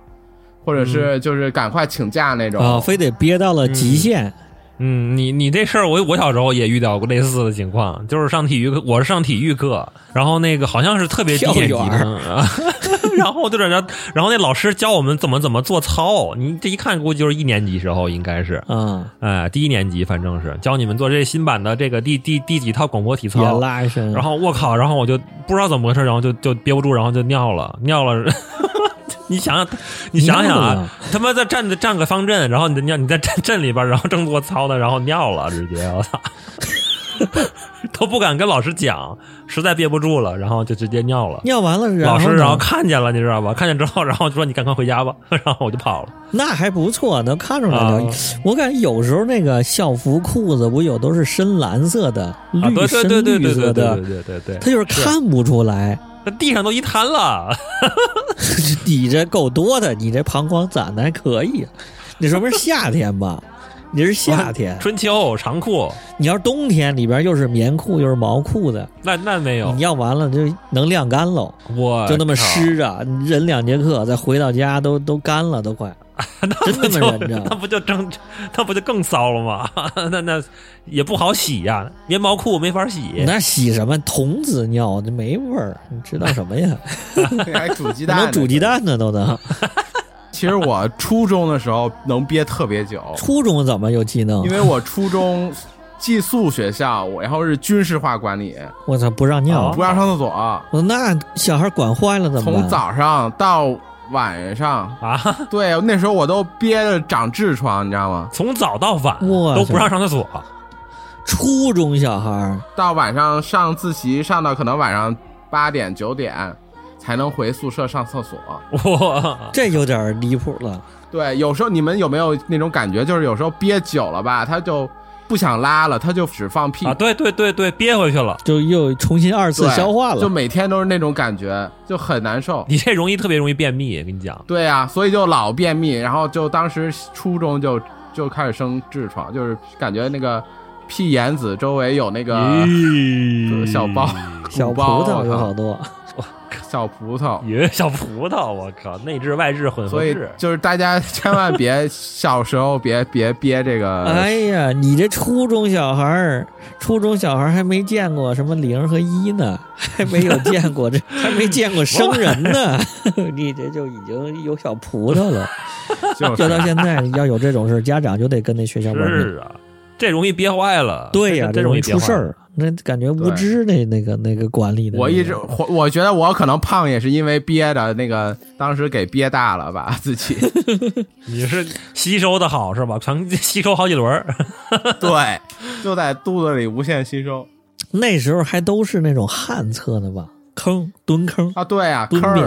[SPEAKER 2] 或者
[SPEAKER 3] 嗯
[SPEAKER 2] 是就是赶快请假那种。
[SPEAKER 3] 啊，非得憋到了极限。
[SPEAKER 4] 嗯，你你这事儿，我我小时候也遇到过类似的情况，就是上体育课，我是上体育课，然后那个好像是特别低年级
[SPEAKER 3] 跳远
[SPEAKER 4] 的，啊 (laughs) 然后就在那，然后那老师教我们怎么怎么做操，你这一看估计就是一年级时候应该是，
[SPEAKER 3] 啊，
[SPEAKER 4] 哎，第一年级反正是教你们做这新版的这个第第第几套广播体
[SPEAKER 3] 也
[SPEAKER 4] 操，
[SPEAKER 3] 拉一身，
[SPEAKER 4] 然后我靠，然后我就不知道怎么回事，然后就就憋不住，然后就尿了，尿了。 (laughs) 你想想，你想想
[SPEAKER 3] 尿
[SPEAKER 4] 啊
[SPEAKER 3] 了，
[SPEAKER 4] 他妈在站着站个方阵，然后你的尿你在站阵里边，然后正做操呢，然后尿了，直接我操！ (laughs) 都不敢跟老师讲，实在憋不住了，然后就直接尿了。
[SPEAKER 3] 尿完了，然
[SPEAKER 4] 老
[SPEAKER 3] 后
[SPEAKER 4] 师
[SPEAKER 3] 呢
[SPEAKER 4] 然后看见了，你知道吧？看见之后，然后就说你赶快回家吧， (laughs) 然后我就跑了。
[SPEAKER 3] 那还不错，能看出来
[SPEAKER 4] 啊
[SPEAKER 3] 的。我感觉有时候那个校服裤子不有都是深蓝色的、
[SPEAKER 4] 啊，
[SPEAKER 3] 绿
[SPEAKER 4] 对对
[SPEAKER 3] 深
[SPEAKER 4] 对对
[SPEAKER 3] 绿
[SPEAKER 4] 对
[SPEAKER 3] 色
[SPEAKER 4] 对对
[SPEAKER 3] 的
[SPEAKER 4] 对，对对对，
[SPEAKER 3] 他就是看不出来， (laughs)
[SPEAKER 4] 那地上都一滩了。 (laughs)
[SPEAKER 3] 你这够多的，你这膀胱攒的还可以啊。你说明是夏天吧？你是夏天，
[SPEAKER 4] 春秋长裤，
[SPEAKER 3] 你要是冬天里边又是棉裤又是毛裤的，
[SPEAKER 4] 那那没有
[SPEAKER 3] 你，尿完了就能晾干喽，
[SPEAKER 4] 我
[SPEAKER 3] 就那么
[SPEAKER 4] 靠
[SPEAKER 3] 湿着，忍两节课再回到家都都干了，都快，真
[SPEAKER 4] (laughs)
[SPEAKER 3] 啊
[SPEAKER 4] 那
[SPEAKER 3] 他
[SPEAKER 4] 就
[SPEAKER 3] 妈忍着。
[SPEAKER 4] (laughs) 那不就正，那不就更骚了吗？ (laughs) 那那也不好洗呀、棉毛裤没法洗。
[SPEAKER 3] 那洗什么童子尿，这没味儿，你知道什么呀？
[SPEAKER 2] (laughs) 还煮
[SPEAKER 3] (laughs)
[SPEAKER 2] 鸡蛋呢，
[SPEAKER 3] 能煮鸡蛋呢都能。
[SPEAKER 2] 其实我初中的时候能憋特别久，
[SPEAKER 3] 初中怎么有技能
[SPEAKER 2] 因？为我初中寄宿学校，我然后是军事化管理，
[SPEAKER 3] 我操，不让尿！
[SPEAKER 2] 啊不让上厕所，
[SPEAKER 3] 我那小孩管坏了怎哦么
[SPEAKER 2] 从
[SPEAKER 3] 办？
[SPEAKER 2] 早上到晚上。
[SPEAKER 4] 啊， (laughs)
[SPEAKER 2] 对，那时候我都憋着长痔疮，你知道吗？
[SPEAKER 4] 从早到晚
[SPEAKER 3] 哇
[SPEAKER 4] 都不让上厕所， (laughs)
[SPEAKER 3] 初中小孩儿
[SPEAKER 2] 到晚上上自习，上到可能晚上八点九点才能回宿舍上厕所。
[SPEAKER 4] 我
[SPEAKER 3] 这有点离谱了。
[SPEAKER 2] 对，有时候你们有没有那种感觉，就是有时候憋久了吧，他就不想拉了，他就只放屁
[SPEAKER 4] 啊，对对对对，憋回去了。
[SPEAKER 3] 就又重新二次
[SPEAKER 2] 对
[SPEAKER 3] 消化
[SPEAKER 2] 就
[SPEAKER 3] 了，
[SPEAKER 2] 每天都是那种感觉，就很难受。
[SPEAKER 4] 你这容易特别容易便秘，跟你讲，
[SPEAKER 2] 对呀、所以就老便秘，然后就当时初中就就开始生痔疮，就是感觉那个屁眼子周围有那个
[SPEAKER 4] 咦
[SPEAKER 2] 小包、
[SPEAKER 3] 小
[SPEAKER 2] 鼓
[SPEAKER 3] 葡
[SPEAKER 2] 包啊
[SPEAKER 3] 萄啊嗯有
[SPEAKER 2] 我
[SPEAKER 3] 好
[SPEAKER 2] 靠
[SPEAKER 3] 多。
[SPEAKER 2] 小葡萄，
[SPEAKER 4] 咦，小葡萄，我靠，内痔外痔混合
[SPEAKER 2] 所以
[SPEAKER 4] 痔，
[SPEAKER 2] 就是大家千万别小时候别别憋这个，
[SPEAKER 3] 哎呀，你这初中小孩儿，初中小孩儿还没见过什么零和一呢， (laughs) 还没有见过这，还没见过生人呢， (laughs) 你这就已经有小葡萄了。
[SPEAKER 2] 就是
[SPEAKER 3] 这到现在要有这种事儿，家长就得跟那学校玩命。
[SPEAKER 4] 是啊，这容易憋坏了，
[SPEAKER 3] 对呀、
[SPEAKER 4] 这容
[SPEAKER 3] 容
[SPEAKER 4] 易
[SPEAKER 3] 易
[SPEAKER 4] 憋
[SPEAKER 3] 出
[SPEAKER 4] 坏
[SPEAKER 3] 事。儿。那感觉无知那那个那个管理的那个，
[SPEAKER 2] 我一直我我觉得我可能胖也是因为憋的那个，当时给憋大了吧自己。
[SPEAKER 3] (laughs)
[SPEAKER 4] 你是吸收的好是吧？ (laughs) 全吸收好几轮儿， (laughs)
[SPEAKER 2] 对，就在肚子里无限吸收
[SPEAKER 3] 那时候还都是那种旱厕呢吧，坑蹲坑
[SPEAKER 2] 啊！对啊，
[SPEAKER 3] 蹲
[SPEAKER 2] 坑儿
[SPEAKER 3] 便。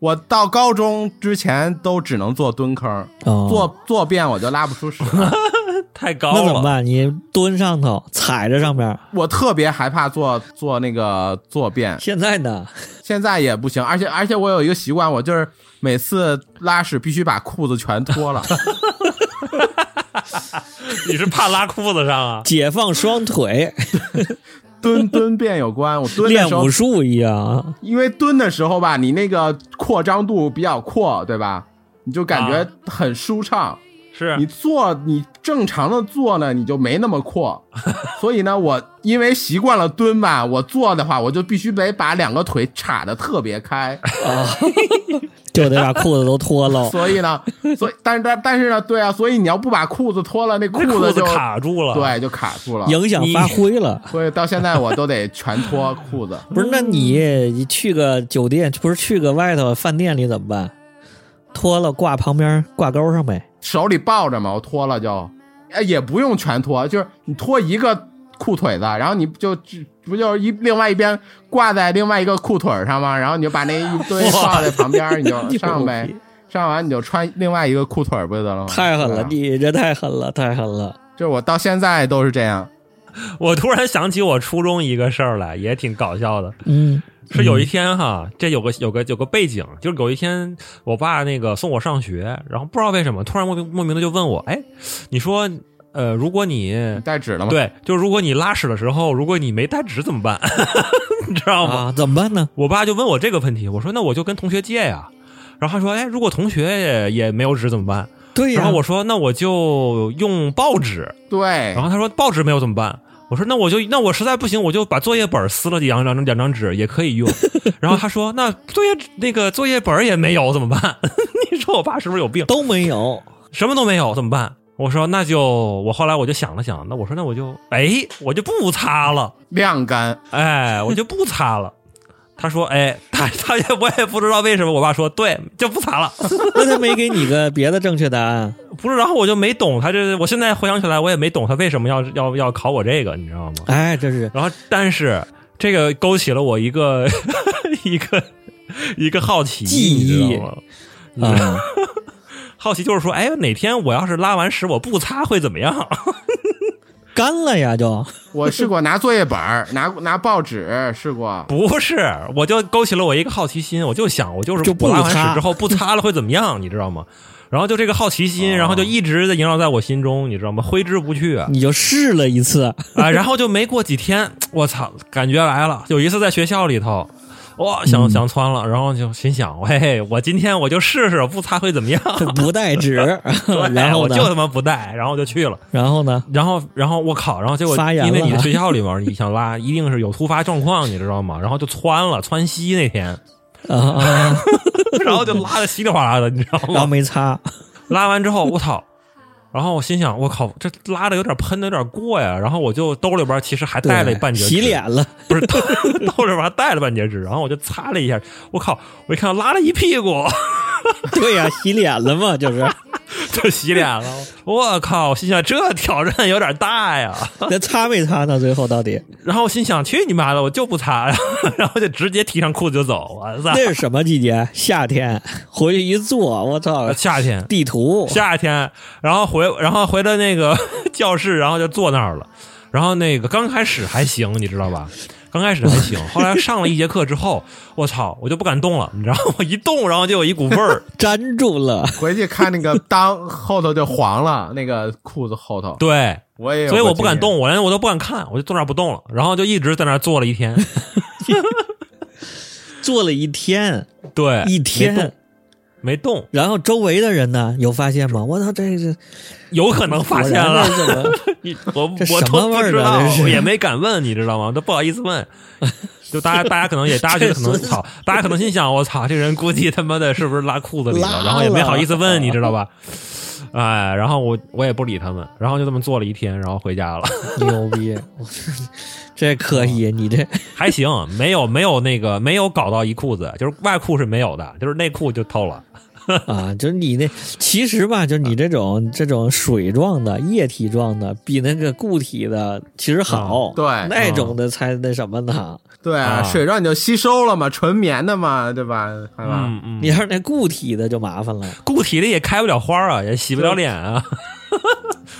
[SPEAKER 2] 我到高中之前都只能做蹲坑儿，
[SPEAKER 3] 哦，
[SPEAKER 2] 坐坐便我就拉不出屎，
[SPEAKER 4] 太高了。
[SPEAKER 3] 那怎么办？你蹲上头踩着上面，
[SPEAKER 2] (laughs) 我特别害怕坐坐那个坐便，
[SPEAKER 3] 现在呢？
[SPEAKER 2] 现在也不行。而且而且我有一个习惯，我就是每次拉屎必须把裤子全脱
[SPEAKER 3] (laughs)
[SPEAKER 2] 了，
[SPEAKER 4] 你是怕拉裤子上啊？
[SPEAKER 3] 解放双腿，
[SPEAKER 2] 蹲蹲便有关。我蹲的
[SPEAKER 3] 练
[SPEAKER 2] 时候
[SPEAKER 3] 武，术一样。
[SPEAKER 2] 因为蹲的时候吧，你那个扩张度比较阔，对吧？你就感觉
[SPEAKER 4] 啊
[SPEAKER 2] 很舒畅。
[SPEAKER 3] (laughs)
[SPEAKER 4] 是
[SPEAKER 2] 你坐，你正常的坐呢，你就没那
[SPEAKER 3] (laughs)
[SPEAKER 2] 么阔。所以呢，我因为习惯了蹲吧，我坐的话，我就必须得把两个腿岔的特别开。，
[SPEAKER 3] 就得把裤子都脱喽 (laughs)
[SPEAKER 2] 所以呢，所以但是但但是呢，对啊，所以你要不把裤子脱了，那
[SPEAKER 4] 那
[SPEAKER 2] 子
[SPEAKER 4] 子
[SPEAKER 2] 就
[SPEAKER 4] 卡住了。，
[SPEAKER 2] 对就卡住了。
[SPEAKER 3] 影响发挥了。
[SPEAKER 2] 所以到现在我都得全脱裤子。
[SPEAKER 3] 不是，那你你去个酒店，不是去个外头饭店里怎么办？脱了挂旁边挂钩上呗。
[SPEAKER 2] 手里抱着嘛，我脱了就，哎，也不用全脱，就是你脱一个裤腿子，然后你就只不就是一另外一边挂在另外一个裤腿上吗？然后你就把那一堆放在旁边，你就上呗，上完你就穿另外一个裤腿不就得了吗？
[SPEAKER 3] 太狠
[SPEAKER 2] 对
[SPEAKER 3] 了，
[SPEAKER 2] 啊
[SPEAKER 3] 你这太狠了，太狠了。
[SPEAKER 2] 就是我到现在都是这样，
[SPEAKER 4] 我突然想起我初中一个事儿来，也挺搞笑的。
[SPEAKER 3] 嗯，
[SPEAKER 4] 是有一天哈，这有个有个有个背景，就是有一天我爸那个送我上学，然后不知道为什么突然莫名莫名的就问我，哎，你说呃，如果你
[SPEAKER 2] 你带纸了吗？，
[SPEAKER 4] 对，就是如果你拉屎的时候，如果你没带纸怎么办？ (laughs) 你知道吗？
[SPEAKER 3] 啊，怎么办呢？
[SPEAKER 4] 我爸就问我这个问题，我说那我就跟同学借呀。然后他说，哎，如果同学也也没有纸怎么办？
[SPEAKER 3] 对呀、
[SPEAKER 4] 然后我说，那我就用报纸。
[SPEAKER 2] 对
[SPEAKER 4] 然，后他说报纸没有怎么办？我说那我就那我实在不行，我就把作业本撕了几张两张两张纸也可以用。然后他说那作业那个作业本也没有怎么办？ (laughs) 你说我爸是不是有病？
[SPEAKER 3] 都没有，
[SPEAKER 4] 什么都没有怎么办？我说那就我后来我就想了想，那我说那我就哎我就不擦了，
[SPEAKER 2] 晾干，
[SPEAKER 4] 哎我就不擦了。 (laughs) 他说：“哎，他他也我也不知道为什么，我爸说对就不擦了， (laughs)
[SPEAKER 3] 那他没给你个别的正确答 (laughs) 案？
[SPEAKER 4] 不是。”然后我就没懂他这，我现在回想起来，我也没懂他为什么要要要考我这个，你知道吗？
[SPEAKER 3] 哎，这是
[SPEAKER 4] 然后，但是这个勾起了我一个 (laughs) 一个一个好奇，
[SPEAKER 3] 记忆
[SPEAKER 4] 你知道吗？
[SPEAKER 3] 啊，
[SPEAKER 4] 好奇就是说，哎，哪天我要是拉完屎我不擦会怎么样？ (laughs)
[SPEAKER 3] 干了呀就。
[SPEAKER 2] 我试过拿作业本儿，拿拿报纸试过，
[SPEAKER 4] 不是，我就勾起了我一个好奇心，我就想，我就是
[SPEAKER 3] 就不
[SPEAKER 4] 我拉完
[SPEAKER 3] 擦
[SPEAKER 4] 屎之后不擦了会怎么样， (laughs) 你知道吗？然后就这个好奇
[SPEAKER 3] 啊
[SPEAKER 4] 心，然后就一直的萦绕在我心中，你知道吗？挥之不去啊、 (laughs) 啊
[SPEAKER 3] 你就试了一次，
[SPEAKER 4] 然后就没过几天，我操，感觉来了。有一次在学校里头，哇，
[SPEAKER 3] 嗯
[SPEAKER 4] 想想窜了，然后就心想，嘿，我今天我就试试，不擦会怎么样？ (laughs)
[SPEAKER 3] 不带 (laughs) 纸，然
[SPEAKER 4] 哎
[SPEAKER 3] 后
[SPEAKER 4] 我
[SPEAKER 3] 呢
[SPEAKER 4] 就，他妈不带，然后就去了。
[SPEAKER 3] 然后呢，
[SPEAKER 4] 然后，然后我靠，然后结果
[SPEAKER 3] 发炎
[SPEAKER 4] 因为你
[SPEAKER 3] 了
[SPEAKER 4] 在学校里面，你想拉，一定是有突发状况，你知道吗？然后就窜了，窜稀
[SPEAKER 3] (laughs)
[SPEAKER 4] 那天，
[SPEAKER 3] 啊啊， (laughs)
[SPEAKER 4] 然后就拉的稀里哗啦的，你知道
[SPEAKER 3] 然后
[SPEAKER 4] 吗？
[SPEAKER 3] 没擦，
[SPEAKER 4] 拉完之后，我操！然后我心想，我靠，这拉的有点喷的有点过呀。然后我就兜里边其实还带了
[SPEAKER 3] 对
[SPEAKER 4] 半截纸，
[SPEAKER 3] 洗脸了， (laughs)
[SPEAKER 4] 不是兜 (laughs) 兜里边还带了半截纸。然后我就擦了一下，我靠！我一看拉了一屁股， (laughs)
[SPEAKER 3] 对呀，洗脸了嘛，就是
[SPEAKER 4] 就洗脸了。我靠！我心想这挑战有点大呀。
[SPEAKER 3] 那擦没擦呢？最后到
[SPEAKER 4] (laughs)
[SPEAKER 3] 底
[SPEAKER 4] 然后我心想，去你妈的，我就不擦， (laughs) 然后就直接提上裤子就走，我操！
[SPEAKER 3] 那是什么季节？夏天，回去一坐，我操，
[SPEAKER 4] 呃夏天，
[SPEAKER 3] 地图
[SPEAKER 4] (laughs) 夏天，然后回，然后回到那个 (laughs) 教室，然后就坐那儿了。然后那个刚开始还行，你知道吧？刚开始还
[SPEAKER 3] (laughs)
[SPEAKER 4] 行，后来上了一节课之后，我操，我就不敢动了，你知道吗？我 (laughs) 一动，然后就有一股
[SPEAKER 3] (laughs)
[SPEAKER 4] 味儿。
[SPEAKER 3] 粘住了，
[SPEAKER 2] 回去看那
[SPEAKER 4] (laughs)
[SPEAKER 2] 个裆后头就黄了，那个裤子后头，
[SPEAKER 4] 对，
[SPEAKER 3] 哎
[SPEAKER 2] 我也有
[SPEAKER 4] 所以
[SPEAKER 2] 过
[SPEAKER 4] 我不敢
[SPEAKER 2] 经验。
[SPEAKER 4] 动，我连我都不敢看，我就坐那儿不动了，然后就一直在那儿坐了一天。
[SPEAKER 3] 坐了一天
[SPEAKER 4] 对，
[SPEAKER 3] 一
[SPEAKER 4] 哎没动
[SPEAKER 3] 天，，
[SPEAKER 4] 没动，
[SPEAKER 3] 然后周围的人呢有发现吗？我操，这这
[SPEAKER 4] 有可能发
[SPEAKER 3] 果
[SPEAKER 4] 现
[SPEAKER 3] 然
[SPEAKER 4] 了。
[SPEAKER 3] 这怎么？
[SPEAKER 4] (laughs) 你我
[SPEAKER 3] 这
[SPEAKER 4] 我
[SPEAKER 3] 什么
[SPEAKER 4] 都
[SPEAKER 3] 味
[SPEAKER 4] 不
[SPEAKER 3] 儿
[SPEAKER 4] 知
[SPEAKER 3] 啊
[SPEAKER 4] 道
[SPEAKER 3] 这，是
[SPEAKER 4] 我也没敢问，你知道吗？都不好意思
[SPEAKER 3] (laughs)
[SPEAKER 4] 问。就大家，大家可能也，大家觉得可能
[SPEAKER 3] 这是
[SPEAKER 4] 操，大家可能心想，我操，这人估计他妈的是不是拉裤子里
[SPEAKER 3] 拉
[SPEAKER 4] 了？然后也没
[SPEAKER 3] 了
[SPEAKER 4] 好意思问，你知
[SPEAKER 3] (laughs)
[SPEAKER 4] 道吧？哎，然后我我也不理他们，然后就这么坐了一天，然后回家了， (laughs)
[SPEAKER 3] 牛逼！我这可以，你这
[SPEAKER 4] 还行，没有没有那个没有搞到一裤子，就是外裤是没有的，就是内裤就透了。
[SPEAKER 3] 啊，就是你那其实吧，就是
[SPEAKER 4] 啊
[SPEAKER 3] 你这种这种水状的、液体状的，比那个固体的其实好。
[SPEAKER 4] 嗯
[SPEAKER 2] 对
[SPEAKER 3] 那种的才那什么呢？
[SPEAKER 2] 对啊，
[SPEAKER 4] 啊
[SPEAKER 2] 水让你就吸收了嘛，纯棉的嘛，对吧？对吧？
[SPEAKER 4] 嗯嗯，
[SPEAKER 3] 你要是那固体的就麻烦了。
[SPEAKER 4] 固体的也开不了花啊，也洗不了脸啊。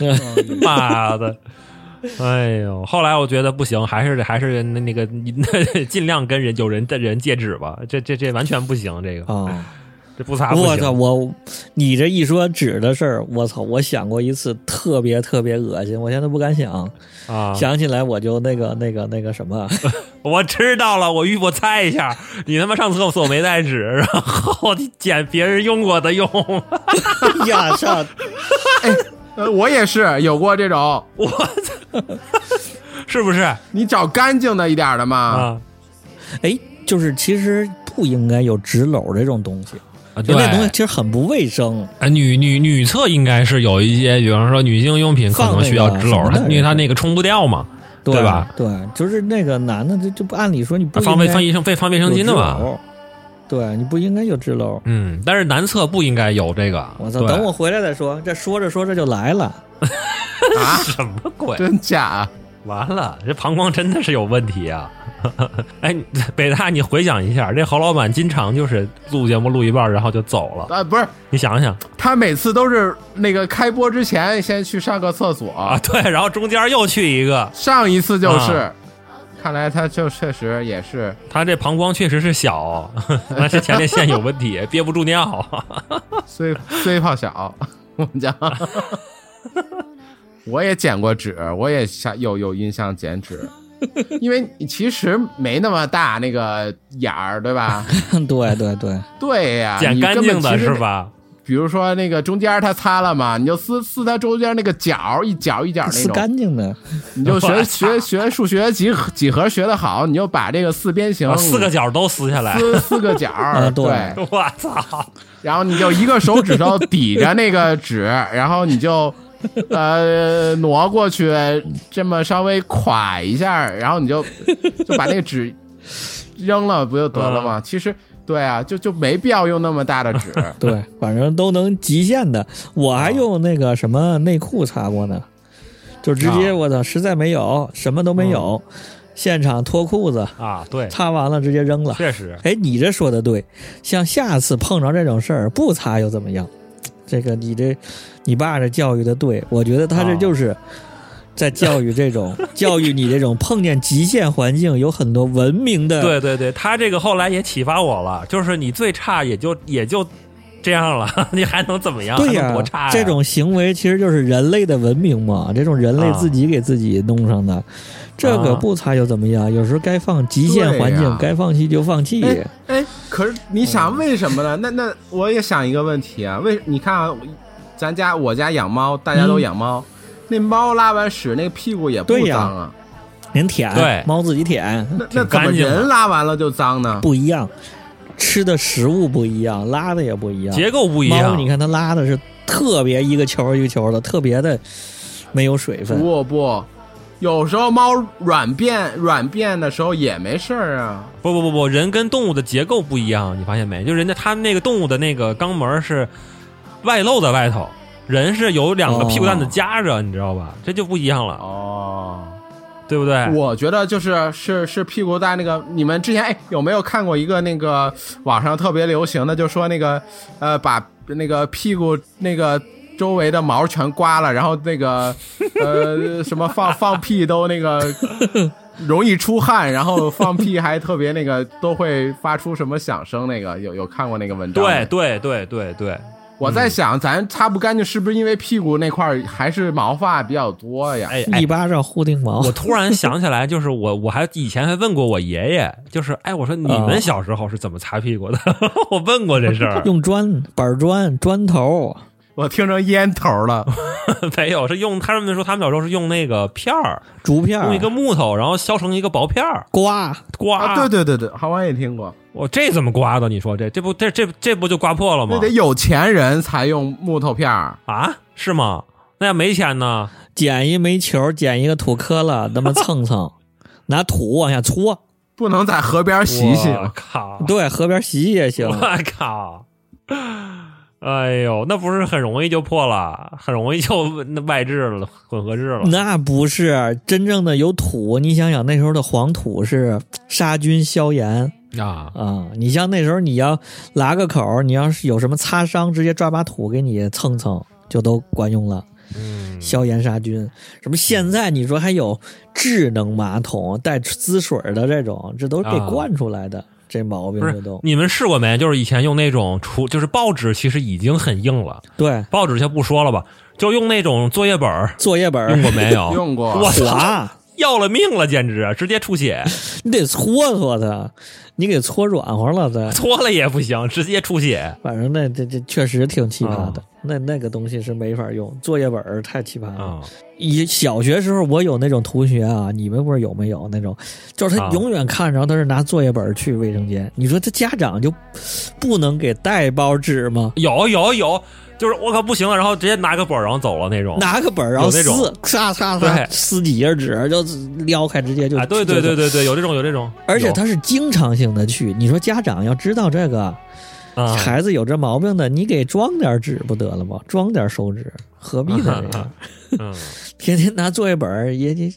[SPEAKER 4] 嗯
[SPEAKER 3] (laughs)
[SPEAKER 4] (laughs) 妈的！哎呦，后来我觉得不行，还是还是那那个 (laughs) 那尽量跟人有人的人借纸吧，这这这完全不行，这个
[SPEAKER 3] 啊！
[SPEAKER 4] 这不擦不
[SPEAKER 3] 我操！
[SPEAKER 4] 哎行。
[SPEAKER 3] 我你这一说纸的事儿，我操！我想过一次特别特别恶心，我现在都不敢想，
[SPEAKER 4] 啊！
[SPEAKER 3] 想起来我就那个那个那个什
[SPEAKER 4] (laughs)
[SPEAKER 3] 么，
[SPEAKER 4] 我知道了，我预我猜一下，你他妈上厕所没带纸，然后你捡别人用过的用，
[SPEAKER 3] 哎呀操！
[SPEAKER 2] 呃，我也是有过这种，
[SPEAKER 4] 我操，是不是啊？
[SPEAKER 2] 你找干净的一点的嘛。
[SPEAKER 3] 哎，就是其实不应该有纸篓这种东西，
[SPEAKER 4] 啊
[SPEAKER 3] 就那东西其实很不卫生。
[SPEAKER 4] 啊，女女女厕应该是有一些，比方说女性用品可
[SPEAKER 3] 放
[SPEAKER 4] 能
[SPEAKER 3] 那
[SPEAKER 4] 需要
[SPEAKER 3] 个
[SPEAKER 4] 纸
[SPEAKER 3] 什么
[SPEAKER 4] 篓，它
[SPEAKER 3] 的
[SPEAKER 4] 因为它那个冲不掉嘛，
[SPEAKER 3] 对
[SPEAKER 4] 对吧？
[SPEAKER 3] 对，就是那个男的，就就不按理说你不
[SPEAKER 4] 放
[SPEAKER 3] 应
[SPEAKER 4] 卫
[SPEAKER 3] 该
[SPEAKER 4] 放卫生费放卫生
[SPEAKER 3] 有
[SPEAKER 4] 巾的
[SPEAKER 3] 纸
[SPEAKER 4] 嘛。
[SPEAKER 3] 篓，对，你不应该有纸篓。
[SPEAKER 4] 嗯，但是男厕不应该有这个。
[SPEAKER 3] 我操，
[SPEAKER 4] 对
[SPEAKER 3] 等我回来再说。这说着说着就来了， (laughs)
[SPEAKER 2] 啊， (laughs)
[SPEAKER 4] 什么鬼？
[SPEAKER 2] 真假？
[SPEAKER 4] 完了，这膀胱真的是有问题啊！ (laughs) 哎，你北大，你回想一下，这侯老板经常就是录节目录一半，然后就走了。
[SPEAKER 2] 啊，不是，
[SPEAKER 4] 你想想
[SPEAKER 2] 他每次都是那个开播之前先去上个厕所，
[SPEAKER 4] 啊，对，然后中间又去一个，
[SPEAKER 2] 上一次就是，
[SPEAKER 4] 啊
[SPEAKER 2] 看来他就确实也是
[SPEAKER 4] 他这膀胱确实是小， (laughs) 那是前列腺有问题， (laughs) 憋不住尿。
[SPEAKER 2] 啊虽虽胖小，我们讲。我也剪过纸，我也想有有印象剪纸，因为你其实没那么大那个眼儿，对吧？
[SPEAKER 3] 对对对，
[SPEAKER 2] 对呀、
[SPEAKER 4] 捡
[SPEAKER 2] 你
[SPEAKER 4] 干
[SPEAKER 2] 根本
[SPEAKER 4] 净的
[SPEAKER 2] 其实
[SPEAKER 4] 是吧？啊
[SPEAKER 2] 比如说那个中间它擦了嘛，你就撕撕它中间那个角，一角一角那
[SPEAKER 3] 是
[SPEAKER 2] 种，
[SPEAKER 3] 干净的。
[SPEAKER 2] 你就
[SPEAKER 4] (laughs) 我
[SPEAKER 2] 学
[SPEAKER 4] 操
[SPEAKER 2] 学学数学几何几何学的好，你就把这个四边形、
[SPEAKER 4] 啊四个角都撕下来，
[SPEAKER 2] 撕四个
[SPEAKER 3] (laughs)
[SPEAKER 2] 角
[SPEAKER 3] 啊，对
[SPEAKER 2] 对，
[SPEAKER 4] 我操！
[SPEAKER 2] 然后你就一个手指头抵着那个纸，
[SPEAKER 4] (laughs)
[SPEAKER 2] 然后你就呃挪过去，这么稍微垮一下，然后你就就把那个纸 (laughs) 扔了不就得了吗？其实对啊，就就没必要用那么大的
[SPEAKER 4] (laughs)
[SPEAKER 2] 纸。
[SPEAKER 3] 对，反正都能极限的。我
[SPEAKER 2] 啊
[SPEAKER 3] 还用那个什么内裤擦过呢，就直接
[SPEAKER 2] 啊嗯
[SPEAKER 3] 我操，实在没有，什么都没有，现场脱裤子，
[SPEAKER 4] 啊，对，
[SPEAKER 3] 擦完了直接扔了。
[SPEAKER 4] 确实，
[SPEAKER 3] 哎，你这说的对，像下次碰着这种事儿不擦又怎么样？这个你这，你爸这教育的对，我觉得他这
[SPEAKER 4] 啊
[SPEAKER 3] 就是在教育这
[SPEAKER 4] (laughs)
[SPEAKER 3] 种、教育你这种碰见极限环境有很多文明的
[SPEAKER 4] 对对对，他这个后来也启发我了，就是你最差也就也就这样了， (laughs) 你还能怎么样？
[SPEAKER 3] 对
[SPEAKER 4] 还
[SPEAKER 3] 呀、
[SPEAKER 4] 能多差呀
[SPEAKER 3] 这种行为其实就是人类的文明嘛，这种人类
[SPEAKER 4] 啊
[SPEAKER 3] 自己给自己弄上的，这个不擦又怎么样？有时候该放极限环
[SPEAKER 2] 对
[SPEAKER 3] 境，
[SPEAKER 2] 呀
[SPEAKER 3] 该放弃就放弃。
[SPEAKER 2] 哎哎，可是你想为什么
[SPEAKER 4] 嗯
[SPEAKER 2] 呢？那那我也想一个问题啊，为你看、啊，咱家我家养猫，大家都养猫，
[SPEAKER 4] 嗯
[SPEAKER 2] 那猫拉完屎那个屁股也不
[SPEAKER 3] 对呀
[SPEAKER 2] 脏啊，
[SPEAKER 3] 您舔，
[SPEAKER 4] 对
[SPEAKER 3] 猫自己
[SPEAKER 4] (laughs)
[SPEAKER 3] 舔
[SPEAKER 2] 那那
[SPEAKER 4] 挺
[SPEAKER 2] 怎么
[SPEAKER 4] 干净的
[SPEAKER 2] 人拉完了就脏呢？
[SPEAKER 3] (laughs) 不一样，吃的食物不一样，拉的也不一样。
[SPEAKER 4] 结构不一样
[SPEAKER 3] 啊猫，你看它拉的是特别一个球儿一个球儿的，特别的没有水分。
[SPEAKER 2] 不不，有时候猫软便软便的时候也没事儿啊。
[SPEAKER 4] 不不不不，人跟动物的结构不一样，你发现没？就人家他们那个动物的那个肛门是外露在外头，人是有两个屁股蛋子夹着，你知道吧？这就不一样了，
[SPEAKER 2] 哦，
[SPEAKER 4] 对不对？
[SPEAKER 2] 我觉得就是是是屁股蛋那个，你们之前哎有没有看过一个那个网上特别流行的，就说那个呃把那个屁股那个周围的毛全刮了，然后那个呃什么放放屁都那个容易出汗，然后放屁还特别那个都会发出什么响声，那个有有看过那个文章吗？
[SPEAKER 4] 对对对对对，
[SPEAKER 2] 我在想，咱擦不干净是不是因为屁股那块儿还是毛发比较多呀？
[SPEAKER 4] 哎哎
[SPEAKER 3] 一，巴掌呼定毛
[SPEAKER 4] 我，突然想起来，就是我我还以前还问过我爷爷，就是哎，我说你们小时候是怎么擦屁股的？ (laughs) 我问过这事儿，
[SPEAKER 3] (laughs) 啊 (laughs) 用砖板砖砖头，
[SPEAKER 2] 我听成烟头了，
[SPEAKER 4] 没有，是用他们说他们小时候是用那个片儿，
[SPEAKER 3] 竹片儿
[SPEAKER 4] 用一个木头，然后削成一个薄片儿
[SPEAKER 3] 刮，
[SPEAKER 2] (laughs)
[SPEAKER 4] 刮。
[SPEAKER 2] 啊！对，对对对，好像也听过，
[SPEAKER 4] 我这怎么刮的？你说这这不这这这不就刮破了吗
[SPEAKER 2] 那？得有钱人才用木头片儿。
[SPEAKER 4] 啊，是吗？那要没钱呢？
[SPEAKER 3] 捡一煤球，捡一个土坷垃，那么蹭
[SPEAKER 4] (laughs)
[SPEAKER 3] 蹭，拿土往下搓。
[SPEAKER 2] 不能在河边洗啊洗
[SPEAKER 4] 我
[SPEAKER 2] 了，
[SPEAKER 4] 靠！
[SPEAKER 3] 对，河边洗洗也行。
[SPEAKER 4] 我靠！哎呦，那不是很容易就破了，很容易就那外置了，混合制了。
[SPEAKER 3] 那不是真正的有土，你想想那时候的黄土是杀菌消炎
[SPEAKER 4] 啊
[SPEAKER 3] 啊、你像那时候你要拉个口儿，你要是有什么擦伤，直接抓把土给你蹭蹭，就都管用了。
[SPEAKER 4] 嗯
[SPEAKER 3] 消炎杀菌，什么现在你说还有智能马桶带滋水儿的这种，这都是给
[SPEAKER 4] 啊
[SPEAKER 3] 惯出来的，这毛病
[SPEAKER 4] 不
[SPEAKER 3] 这
[SPEAKER 4] 是
[SPEAKER 3] 都
[SPEAKER 4] 你们试过没？就是以前用那种除，就是报纸其实已经很硬了，
[SPEAKER 3] 对
[SPEAKER 4] 报纸先不说了吧，就用那种作业本儿，
[SPEAKER 3] 作业本儿
[SPEAKER 4] 用过
[SPEAKER 3] (laughs)
[SPEAKER 4] 没
[SPEAKER 2] (laughs)
[SPEAKER 4] 有？
[SPEAKER 2] 用过
[SPEAKER 4] 我操，
[SPEAKER 3] 滑。
[SPEAKER 4] 要了命了，简直直接出血， (laughs)
[SPEAKER 3] 你得搓搓它，你给搓软和了
[SPEAKER 4] (laughs)
[SPEAKER 3] 它。
[SPEAKER 4] 搓了也不行，直接
[SPEAKER 2] 嗯
[SPEAKER 4] 出血。
[SPEAKER 3] 反正那这这确实挺奇葩的，
[SPEAKER 4] 啊
[SPEAKER 3] 那那个东西是没法用，作业本儿太奇葩了。
[SPEAKER 4] 啊、
[SPEAKER 3] 以小学时候我有那种同学啊，你们不是有没有那种，就是他
[SPEAKER 4] 啊
[SPEAKER 3] 永远看着他是拿作业本儿去卫生间，你说这家长就不能给带包纸吗？
[SPEAKER 4] 有有有，就是我靠不行了，然后直接拿个本儿然后走了那种。
[SPEAKER 3] 拿个本儿然后
[SPEAKER 4] 哦有那种
[SPEAKER 3] 撕，擦擦擦，
[SPEAKER 4] 对
[SPEAKER 3] 撕几页纸就撩开，直接就
[SPEAKER 4] 啊，对对
[SPEAKER 3] 就
[SPEAKER 4] 对对对，有这种有这种，
[SPEAKER 3] 而且
[SPEAKER 4] 有
[SPEAKER 3] 他是经常性的去，你说家长要知道这个，
[SPEAKER 4] 啊
[SPEAKER 3] 孩子有这毛病的，你给装点纸不得了吗？装点手纸，何必
[SPEAKER 4] 啊
[SPEAKER 3] 呢？这样
[SPEAKER 4] 嗯
[SPEAKER 3] 天天拿作业本儿也也，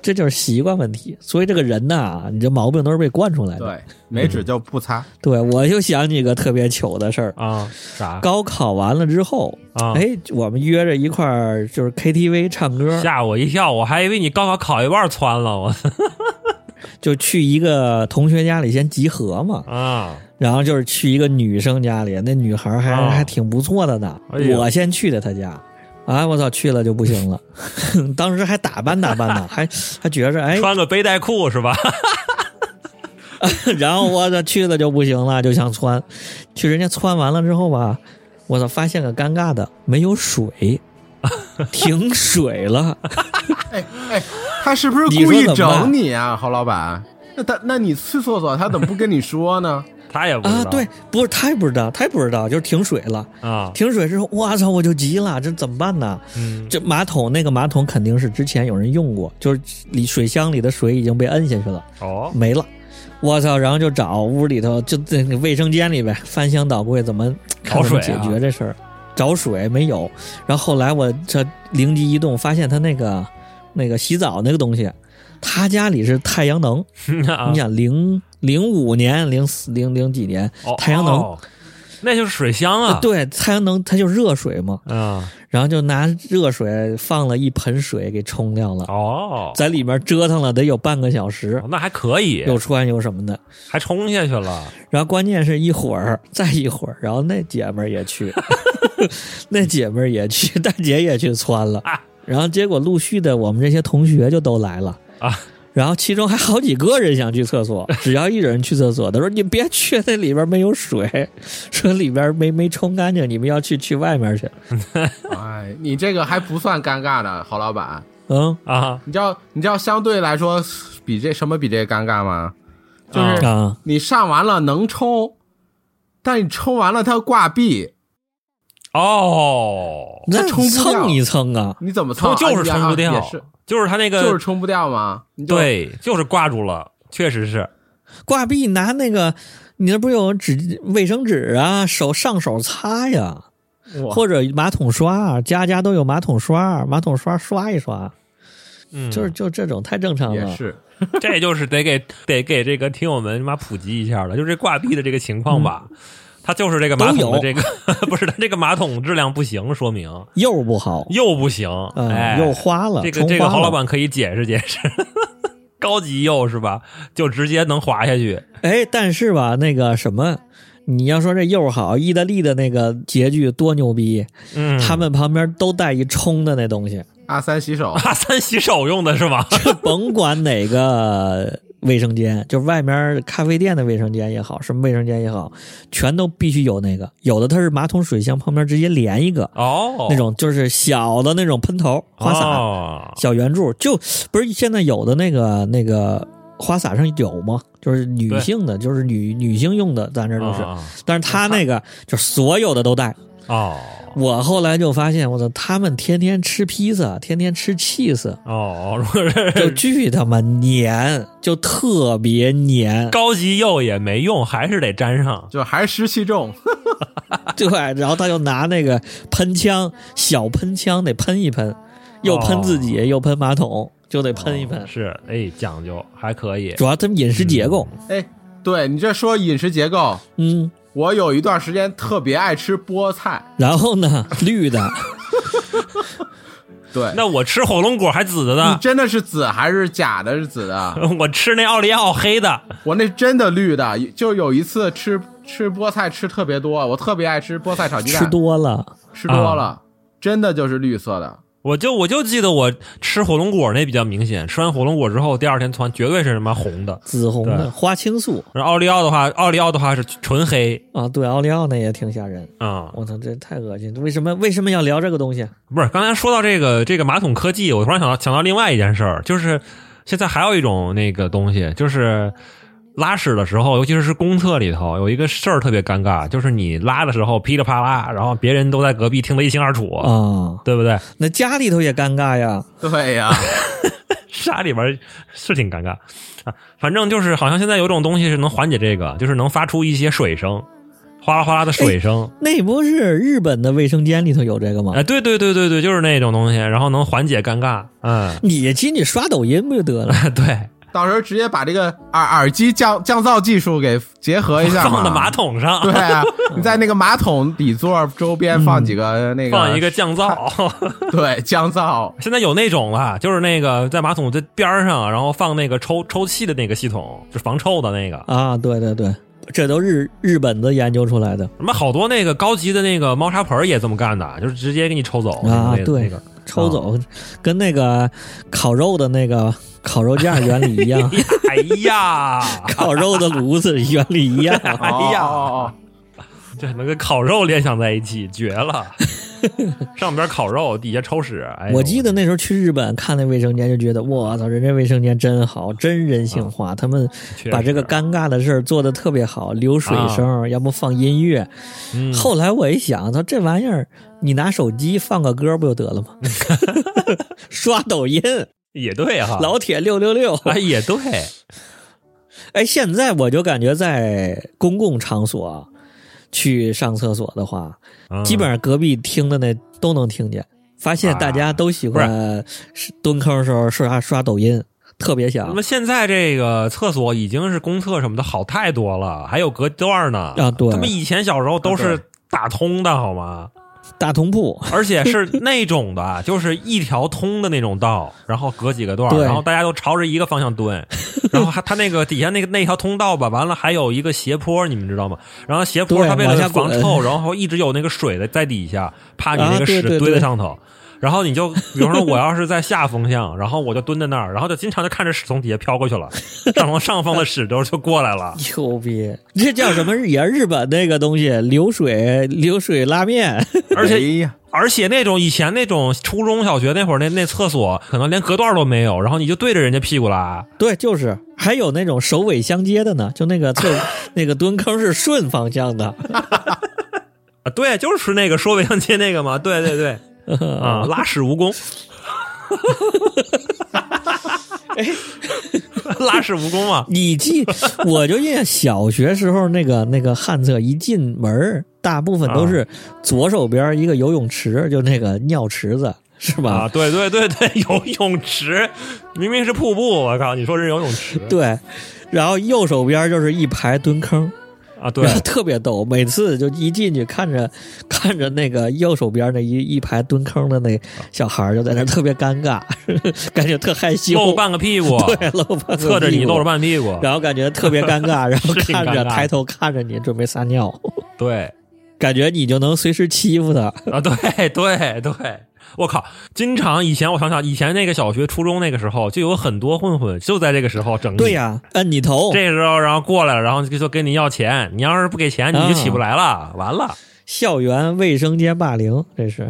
[SPEAKER 3] 这就是习惯问题。所以这个人呐，你这毛病都是被惯出来的。
[SPEAKER 2] 对，没纸就不 (laughs) 擦。
[SPEAKER 3] 对，我就想起一个特别糗的事儿。
[SPEAKER 4] 啊
[SPEAKER 3] (laughs)
[SPEAKER 4] 啥
[SPEAKER 3] 高考完了之后，
[SPEAKER 4] 啊？
[SPEAKER 3] 哎，我们约着一块儿就是 KTV 唱歌，
[SPEAKER 4] 吓我一跳，我还以为你高考考一半窜了我
[SPEAKER 3] 就去一个同学家里先集合嘛。
[SPEAKER 4] 啊！
[SPEAKER 3] 然后就是去一个女生家里，那女孩还、
[SPEAKER 4] 啊
[SPEAKER 3] 还挺不错的呢。
[SPEAKER 4] 哎呀
[SPEAKER 3] 我先去的她家，啊，我操，去了就不行了。
[SPEAKER 4] (laughs)
[SPEAKER 3] 当时还打扮打扮呢，还还觉着哎，
[SPEAKER 4] 穿个背带裤是吧？ (laughs)
[SPEAKER 3] (laughs) 然后我操去了就不行了，就想窜，去人家窜完了之后吧，我操，发现个尴尬的，没有水，停水了。
[SPEAKER 2] 哎哎，他是不是
[SPEAKER 3] 你
[SPEAKER 2] 故
[SPEAKER 3] 说
[SPEAKER 2] 意
[SPEAKER 3] 怎么办
[SPEAKER 2] 整你啊，侯老板？那他那你去厕所，他怎么不跟你说 (laughs) 呢？
[SPEAKER 4] 他也不知道
[SPEAKER 3] 啊，对，不是他也不知道，他也不知道，就是停水了。
[SPEAKER 4] 啊，
[SPEAKER 3] 停水之后，我操，我就急了，这怎么办呢？
[SPEAKER 4] 嗯
[SPEAKER 3] 这马桶那个马桶肯定是之前有人用过，就是里水箱里的水已经被摁下去了，
[SPEAKER 4] 哦 (laughs)
[SPEAKER 3] 没了。我操！然后就找屋里头，就在那个卫生间里呗，翻箱倒柜，怎么看
[SPEAKER 4] 找
[SPEAKER 3] 怎么
[SPEAKER 4] 水
[SPEAKER 3] 解
[SPEAKER 4] 啊
[SPEAKER 3] 决这事儿？找水没有，然后后来我这灵机一动，发现他那个那个洗澡那个东西，他家里是太阳能。
[SPEAKER 4] 啊
[SPEAKER 3] 你想零零五年、零四零零几年，
[SPEAKER 4] 哦
[SPEAKER 3] 太阳能呃
[SPEAKER 4] 哦那就是水箱啊，
[SPEAKER 3] 对太阳能它就热水嘛，
[SPEAKER 4] 嗯，
[SPEAKER 3] 然后就拿热水放了一盆水给冲掉了，
[SPEAKER 4] 哦，
[SPEAKER 3] 在里面折腾了得有半个小时，
[SPEAKER 4] 那还可以，
[SPEAKER 3] 又穿又什么的。
[SPEAKER 4] 还冲下去了，
[SPEAKER 3] 然后关键是一会儿再一会儿，然后那姐们儿也
[SPEAKER 2] (laughs)
[SPEAKER 3] 去，那姐们儿也去，大姐也去窜了。
[SPEAKER 2] 啊
[SPEAKER 3] 然后结果陆续的，我们这些同学就都来了
[SPEAKER 4] 啊。
[SPEAKER 3] 然后其中还好几个人想去厕
[SPEAKER 2] (laughs)
[SPEAKER 3] 所，只要一人去厕所，他说：“你别去，那里边没有水， (laughs) 说里边没没冲干净，你们要去去外面去。
[SPEAKER 2] 哎，你这个还不算尴尬的，郝老板。”
[SPEAKER 3] 嗯，
[SPEAKER 4] 啊，
[SPEAKER 2] 你知道你知道相对来说比这什么比这尴尬吗？就是
[SPEAKER 3] 啊，
[SPEAKER 2] 你上完了能冲，但你冲完了它挂壁，
[SPEAKER 4] 哦，
[SPEAKER 3] 那
[SPEAKER 2] 冲不掉
[SPEAKER 3] 蹭一蹭啊，
[SPEAKER 2] 你怎么
[SPEAKER 4] 冲
[SPEAKER 2] 蹭？
[SPEAKER 4] 就是
[SPEAKER 2] 啊
[SPEAKER 4] 冲不掉
[SPEAKER 2] 也是，
[SPEAKER 4] 就是他那个，
[SPEAKER 2] 就是冲不掉吗？你就，
[SPEAKER 4] 对，就是挂住了，确实是，
[SPEAKER 3] 挂壁拿那个，你那不是有纸卫生纸啊，手上手擦呀，或者马桶刷，家家都有马桶刷，马桶刷刷一刷，
[SPEAKER 4] 嗯，
[SPEAKER 3] 就是就这种太正常
[SPEAKER 2] 也
[SPEAKER 3] 了。
[SPEAKER 2] 是，
[SPEAKER 4] 这就是得给得给这个听友们妈普及一下了，就是这挂壁的这个情况吧，它就是这个马桶的
[SPEAKER 3] 嗯都
[SPEAKER 4] 这个 (laughs) 不是它这个马桶质量不行，说明
[SPEAKER 3] 又不好，
[SPEAKER 4] 又不行，
[SPEAKER 3] 嗯、
[SPEAKER 4] 哎，
[SPEAKER 3] 又花了，
[SPEAKER 4] 这个
[SPEAKER 3] 冲
[SPEAKER 4] 这个
[SPEAKER 3] 花
[SPEAKER 4] 郝
[SPEAKER 3] 了
[SPEAKER 4] 老，板可以解释解释， (laughs) 高级釉是吧？就直接能滑下去，
[SPEAKER 3] 哎，但是吧，那个什么。你要说这又好，意大利的那个洁具多牛逼，
[SPEAKER 4] 嗯，，
[SPEAKER 3] 他们旁边都带一冲的那东西，
[SPEAKER 2] 阿三洗手
[SPEAKER 4] 阿三洗手用的
[SPEAKER 3] (laughs)
[SPEAKER 4] 是吗？
[SPEAKER 3] 就甭管哪个卫生间，就是外面咖啡店的卫生间也好，什么卫生间也好，全都必须有那个。有的它是马桶水箱旁边直接连一个，
[SPEAKER 4] 哦，
[SPEAKER 3] 那种就是小的那种喷头花洒、
[SPEAKER 4] 哦
[SPEAKER 3] 小圆柱，就不是现在有的那个那个花洒上有吗？就是女
[SPEAKER 4] 对
[SPEAKER 3] 性的，就是女女性用的，咱这都是。
[SPEAKER 4] 啊
[SPEAKER 3] 但是他那个就所有的都带。
[SPEAKER 4] 哦
[SPEAKER 3] 我后来就发现，我操，他们天天吃披萨，天天吃 cheese，
[SPEAKER 4] 哦，如果 (laughs) 是
[SPEAKER 3] 就巨他妈黏，就特别黏。
[SPEAKER 4] (laughs) 高级釉也没用，还是得粘上。
[SPEAKER 2] 就还是湿气重， (laughs)
[SPEAKER 3] 对，然后他就拿那个喷枪，小喷枪得喷一
[SPEAKER 4] 哦
[SPEAKER 3] 喷，又喷自己，又喷马桶，就得喷一喷。
[SPEAKER 4] 是，哎，讲究还可以嗯
[SPEAKER 3] 主要他们饮食结构，
[SPEAKER 2] 哎，对你这说饮食结构，
[SPEAKER 3] 嗯
[SPEAKER 2] 我有一段时间特别爱吃菠菜，
[SPEAKER 3] 然后呢，绿的，
[SPEAKER 2] 对，
[SPEAKER 4] 那啊我吃火龙果还紫的
[SPEAKER 2] 你
[SPEAKER 4] 呢，
[SPEAKER 2] 真的是紫还是假的？是紫的，
[SPEAKER 4] (laughs) 我吃那奥利奥黑的。
[SPEAKER 2] (laughs) 我那真的绿的，就有一次吃吃菠菜吃特别多，我特别爱吃菠菜炒鸡蛋，
[SPEAKER 3] 吃多了，
[SPEAKER 2] 吃多了，
[SPEAKER 4] 啊
[SPEAKER 2] 真的就是绿色的。
[SPEAKER 4] 我就我就记得我吃火龙果那比较明显，吃完火龙果之后，第二天穿绝对是什么红的。
[SPEAKER 3] 紫红
[SPEAKER 4] 对
[SPEAKER 3] 的花青素
[SPEAKER 4] 然后奥利奥的话，奥利奥的话是纯黑
[SPEAKER 3] 啊，对，奥利奥那也挺吓人。
[SPEAKER 4] 啊、
[SPEAKER 3] 我操，这太恶心！为什么为什么要聊这个东西？啊
[SPEAKER 4] 不是。刚才说到这个这个马桶科技，我突然想到想到另外一件事儿，就是现在还有一种那个东西，就是拉屎的时候，尤其是是公厕里头，有一个事儿特别尴尬，就是你拉的时候噼里啪啦，然后别人都在隔壁听得一清二楚，
[SPEAKER 2] 哦
[SPEAKER 3] 啊，
[SPEAKER 4] 对不对？
[SPEAKER 3] 那家里头也尴尬呀。
[SPEAKER 2] 对呀、
[SPEAKER 4] 沙里边儿是挺尴尬啊。反正就是好像现在有种东西是能缓解这个，就是能发出一些水声，哗啦哗啦的水声。
[SPEAKER 3] 那不是日本的卫生间里头有这个吗？
[SPEAKER 4] 哎，对对对对对，就是那种东西，然后能缓解尴尬。嗯， (laughs)
[SPEAKER 3] 你进去刷抖音不就得了？
[SPEAKER 4] 对，
[SPEAKER 2] 到时候直接把这个耳耳机降降噪技术给结合一下嘛。
[SPEAKER 4] 放到马。桶上
[SPEAKER 2] 对啊，你在那个马桶底座周边放几个那个，
[SPEAKER 4] 嗯放一个降噪。
[SPEAKER 2] (laughs) 对降噪，
[SPEAKER 4] (laughs) 现在有那种了，就是那个在马桶的边儿上，然后放那个抽抽气的那个系统，就防臭的那个。
[SPEAKER 3] 啊，对对对，这都日日本子研究出来的
[SPEAKER 4] 什么好多那个高级的那个猫砂盆儿也这么干的，就是直接给你抽走
[SPEAKER 3] 啊
[SPEAKER 4] 那个
[SPEAKER 3] 对
[SPEAKER 4] 那个，
[SPEAKER 3] 抽走，跟那个烤肉的那个烤肉架原理一样
[SPEAKER 4] (laughs) 哎呀，
[SPEAKER 3] 烤肉的炉子原理一样。(laughs)
[SPEAKER 4] (laughs) (laughs) 哎
[SPEAKER 2] 哦
[SPEAKER 4] 呀
[SPEAKER 2] 哦
[SPEAKER 4] 这能跟烤肉联想在一起，
[SPEAKER 3] (laughs)
[SPEAKER 4] 绝了！上边烤肉，底下抽屎。哎呦、
[SPEAKER 3] 我记得那时候去日本看那卫生间，就觉得我操，人家卫生间真好，真人性化。他们
[SPEAKER 4] 啊确
[SPEAKER 3] 把这个
[SPEAKER 4] 实啊
[SPEAKER 3] 尴尬的事儿做得特别好，流水声，要不放音乐。
[SPEAKER 4] 嗯
[SPEAKER 3] 后来我一想，操，这玩意儿你拿手机放个歌不就得了
[SPEAKER 4] (laughs)
[SPEAKER 3] 吗？刷抖音，
[SPEAKER 4] 也对哈、 (laughs)
[SPEAKER 3] 老铁六六六。
[SPEAKER 4] 哎也对，
[SPEAKER 3] 哎，现在我就感觉在公共场所啊去上厕所的话，
[SPEAKER 4] 嗯
[SPEAKER 3] (laughs) 基本上隔壁听的那都能听见。发现大
[SPEAKER 4] 啊
[SPEAKER 3] 家都喜欢是蹲坑的时候刷刷抖音，特别
[SPEAKER 4] 那
[SPEAKER 3] 响
[SPEAKER 4] 么现在这个厕所已经是公厕什么的好太多了，还有隔断呢。
[SPEAKER 3] 啊！对
[SPEAKER 4] 他，们以前小时候都
[SPEAKER 2] 啊
[SPEAKER 4] 是打通的好吗？
[SPEAKER 3] 大通铺 (laughs)
[SPEAKER 4] 而且是那种的，啊就是一条通的那种道，然后隔几个段儿，
[SPEAKER 3] 对
[SPEAKER 4] 然后大家都朝着一个方向蹲，然后还它那个底下那个那条通道吧，完了还有一个斜坡，你们知道吗？然后斜坡
[SPEAKER 3] 对
[SPEAKER 4] 它为
[SPEAKER 3] 往下
[SPEAKER 4] 了
[SPEAKER 3] 滚
[SPEAKER 4] 防臭，然后一直有那个水的在底下，怕你
[SPEAKER 3] 啊
[SPEAKER 4] 那个
[SPEAKER 3] 对对
[SPEAKER 4] 屎堆
[SPEAKER 3] 对
[SPEAKER 4] 在上头。然后你就，比方说我要是在下风向，然后我就蹲在那儿，然后就经常就看着屎从底下飘过去了，上从上方的屎都就过来了。
[SPEAKER 3] 牛逼，这叫什么？也是日本那个东西，流水流水拉面， (laughs)
[SPEAKER 4] 而且
[SPEAKER 2] 哎呀，
[SPEAKER 4] 而且那种以前那种初中小学那会儿那那厕所可能连隔断都没有，然后你就对着人家屁股拉，
[SPEAKER 3] 对，就是还有那种首尾相接的呢，就那个
[SPEAKER 4] (laughs)
[SPEAKER 3] 厕那个蹲坑是顺方向的
[SPEAKER 4] 啊，对，就是那个说卫生间那个嘛，对对
[SPEAKER 3] (laughs)
[SPEAKER 4] 对，啊，拉屎蜈蚣，
[SPEAKER 3] 哎
[SPEAKER 4] (laughs) 拉屎蜈蚣嘛，
[SPEAKER 3] (laughs) 你记，我就印象小学时候那个那个旱厕，一进门儿大部分都
[SPEAKER 4] 啊
[SPEAKER 3] 是左手边一个游泳池，就那个尿池子，是吧？
[SPEAKER 4] 啊，对对对对，游泳池明明是瀑布，我靠，你说是游泳池
[SPEAKER 3] 对，然后右手边就是一排蹲坑，
[SPEAKER 4] 啊？对
[SPEAKER 3] 然，后 (laughs) 特别逗。每次就一进去，看着看着那个右手边那一一排蹲坑的那小孩儿就在那儿特别尴尬， (laughs) 感觉特害羞，
[SPEAKER 4] 露半个屁股，
[SPEAKER 3] 对，露半个
[SPEAKER 4] 侧着
[SPEAKER 3] 屁
[SPEAKER 4] 你
[SPEAKER 3] 股
[SPEAKER 4] 露着半屁股，
[SPEAKER 3] 然后感觉特别尴尬，然后
[SPEAKER 4] (laughs) 是挺
[SPEAKER 3] 看
[SPEAKER 4] 尴
[SPEAKER 3] 着
[SPEAKER 4] 尬
[SPEAKER 3] 抬头看着你准备撒尿，
[SPEAKER 4] 对。
[SPEAKER 3] 感觉你就能随时欺负他。
[SPEAKER 4] 啊，对对对，我靠！经常以前我想想，以前那个小学、初中那个时候，就有很多混混就在这个时候整你。
[SPEAKER 3] 对、呀、摁你头，
[SPEAKER 4] (laughs) 这时候然后过来了，然后就说跟你要钱，你要是不给钱，你就起不来了，
[SPEAKER 3] 嗯
[SPEAKER 4] 完了。
[SPEAKER 3] 校园卫生间霸凌，这是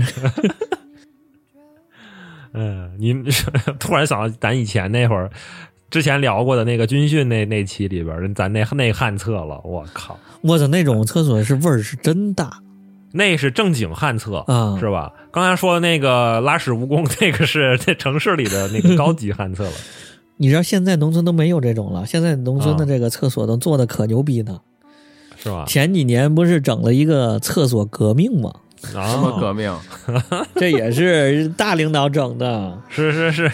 [SPEAKER 3] (laughs)
[SPEAKER 4] 嗯，你 (laughs) 突然想到咱以前那会儿。之前聊过的那个军训那那期里边儿，咱那那旱厕了，我靠，
[SPEAKER 3] 我操，那种厕所是味儿是真大
[SPEAKER 4] 那是正经旱厕
[SPEAKER 3] 啊
[SPEAKER 4] 是吧？刚才说的那个拉屎蜈蚣，那个是这城市里的那个高级旱厕了。
[SPEAKER 3] 你知道现在农村都没有这种了，现在农村的
[SPEAKER 4] 啊
[SPEAKER 3] 这个厕所都做的可牛逼呢。
[SPEAKER 4] 是
[SPEAKER 3] (laughs)
[SPEAKER 4] 吧？
[SPEAKER 3] 前几年不是整了一个厕所革命吗？
[SPEAKER 4] 啊，
[SPEAKER 2] 什么革命？
[SPEAKER 3] 这也是大领导整的，
[SPEAKER 4] 是是是，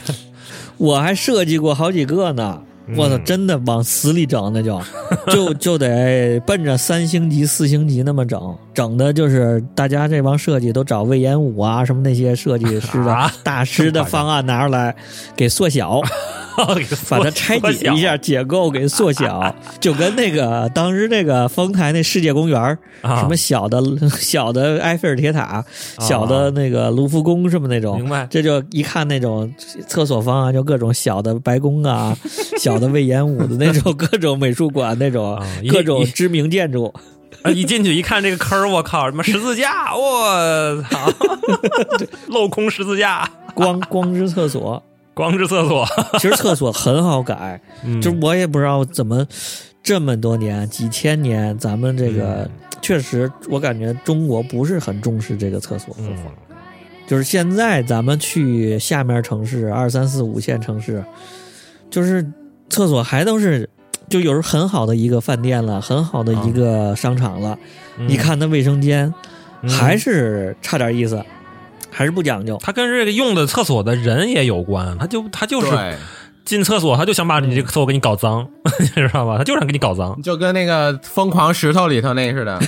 [SPEAKER 3] 我还设计过好几个呢。我操，
[SPEAKER 4] 嗯
[SPEAKER 3] 真的往死里整，那
[SPEAKER 4] (laughs)
[SPEAKER 3] 就就就得奔着三星级、四星级那么整，整的就是大家这帮设计都找魏延武啊什么那些设计师的、
[SPEAKER 4] 啊
[SPEAKER 3] (laughs) 大师的方案拿出来给缩
[SPEAKER 4] (laughs)
[SPEAKER 3] 小，把它拆解一下，解构给缩小，就跟那个当时那个丰台那世界公园儿
[SPEAKER 4] 啊
[SPEAKER 3] 什么小的 (laughs) 小的埃菲尔铁塔、小的那个卢浮宫什么那种，
[SPEAKER 4] 明 (laughs) 白
[SPEAKER 3] 这就一看那种厕所方啊，就各种小的白宫啊、
[SPEAKER 4] (laughs)
[SPEAKER 3] 小的魏延武的那种各种美术馆那种
[SPEAKER 4] 啊一
[SPEAKER 3] 各种
[SPEAKER 4] 一
[SPEAKER 3] 知名建筑，
[SPEAKER 4] 啊一进去一看这个坑儿，我靠，什么十字架，我操，镂空十字架， (laughs)
[SPEAKER 3] 光光之厕所。
[SPEAKER 4] 光之厕所，
[SPEAKER 3] 其实厕所很好改，
[SPEAKER 4] 嗯
[SPEAKER 3] 就是我也不知道怎么这么多年、几千年，咱们这个、
[SPEAKER 4] 嗯
[SPEAKER 3] 确实，我感觉中国不是很重视这个厕所文化。
[SPEAKER 4] (laughs) 嗯
[SPEAKER 3] 就是现在咱们去下面城市，二三四五线城市，就是厕所还都是，就有时候很好的一个饭店了，很好的一个商场了，
[SPEAKER 4] 啊嗯
[SPEAKER 3] 你看它卫生间、
[SPEAKER 4] 嗯
[SPEAKER 3] 还是差点意思，还是不讲究。
[SPEAKER 4] 它跟这个用的厕所的人也有关，他就他就是
[SPEAKER 2] 对，
[SPEAKER 4] 进厕所，他就想把
[SPEAKER 3] 嗯
[SPEAKER 4] 你这个厕所给你搞脏， (laughs) 你知道吧？他就想给你搞脏。
[SPEAKER 2] 就跟那个《疯狂石头》里头那似
[SPEAKER 4] (laughs)
[SPEAKER 2] 的。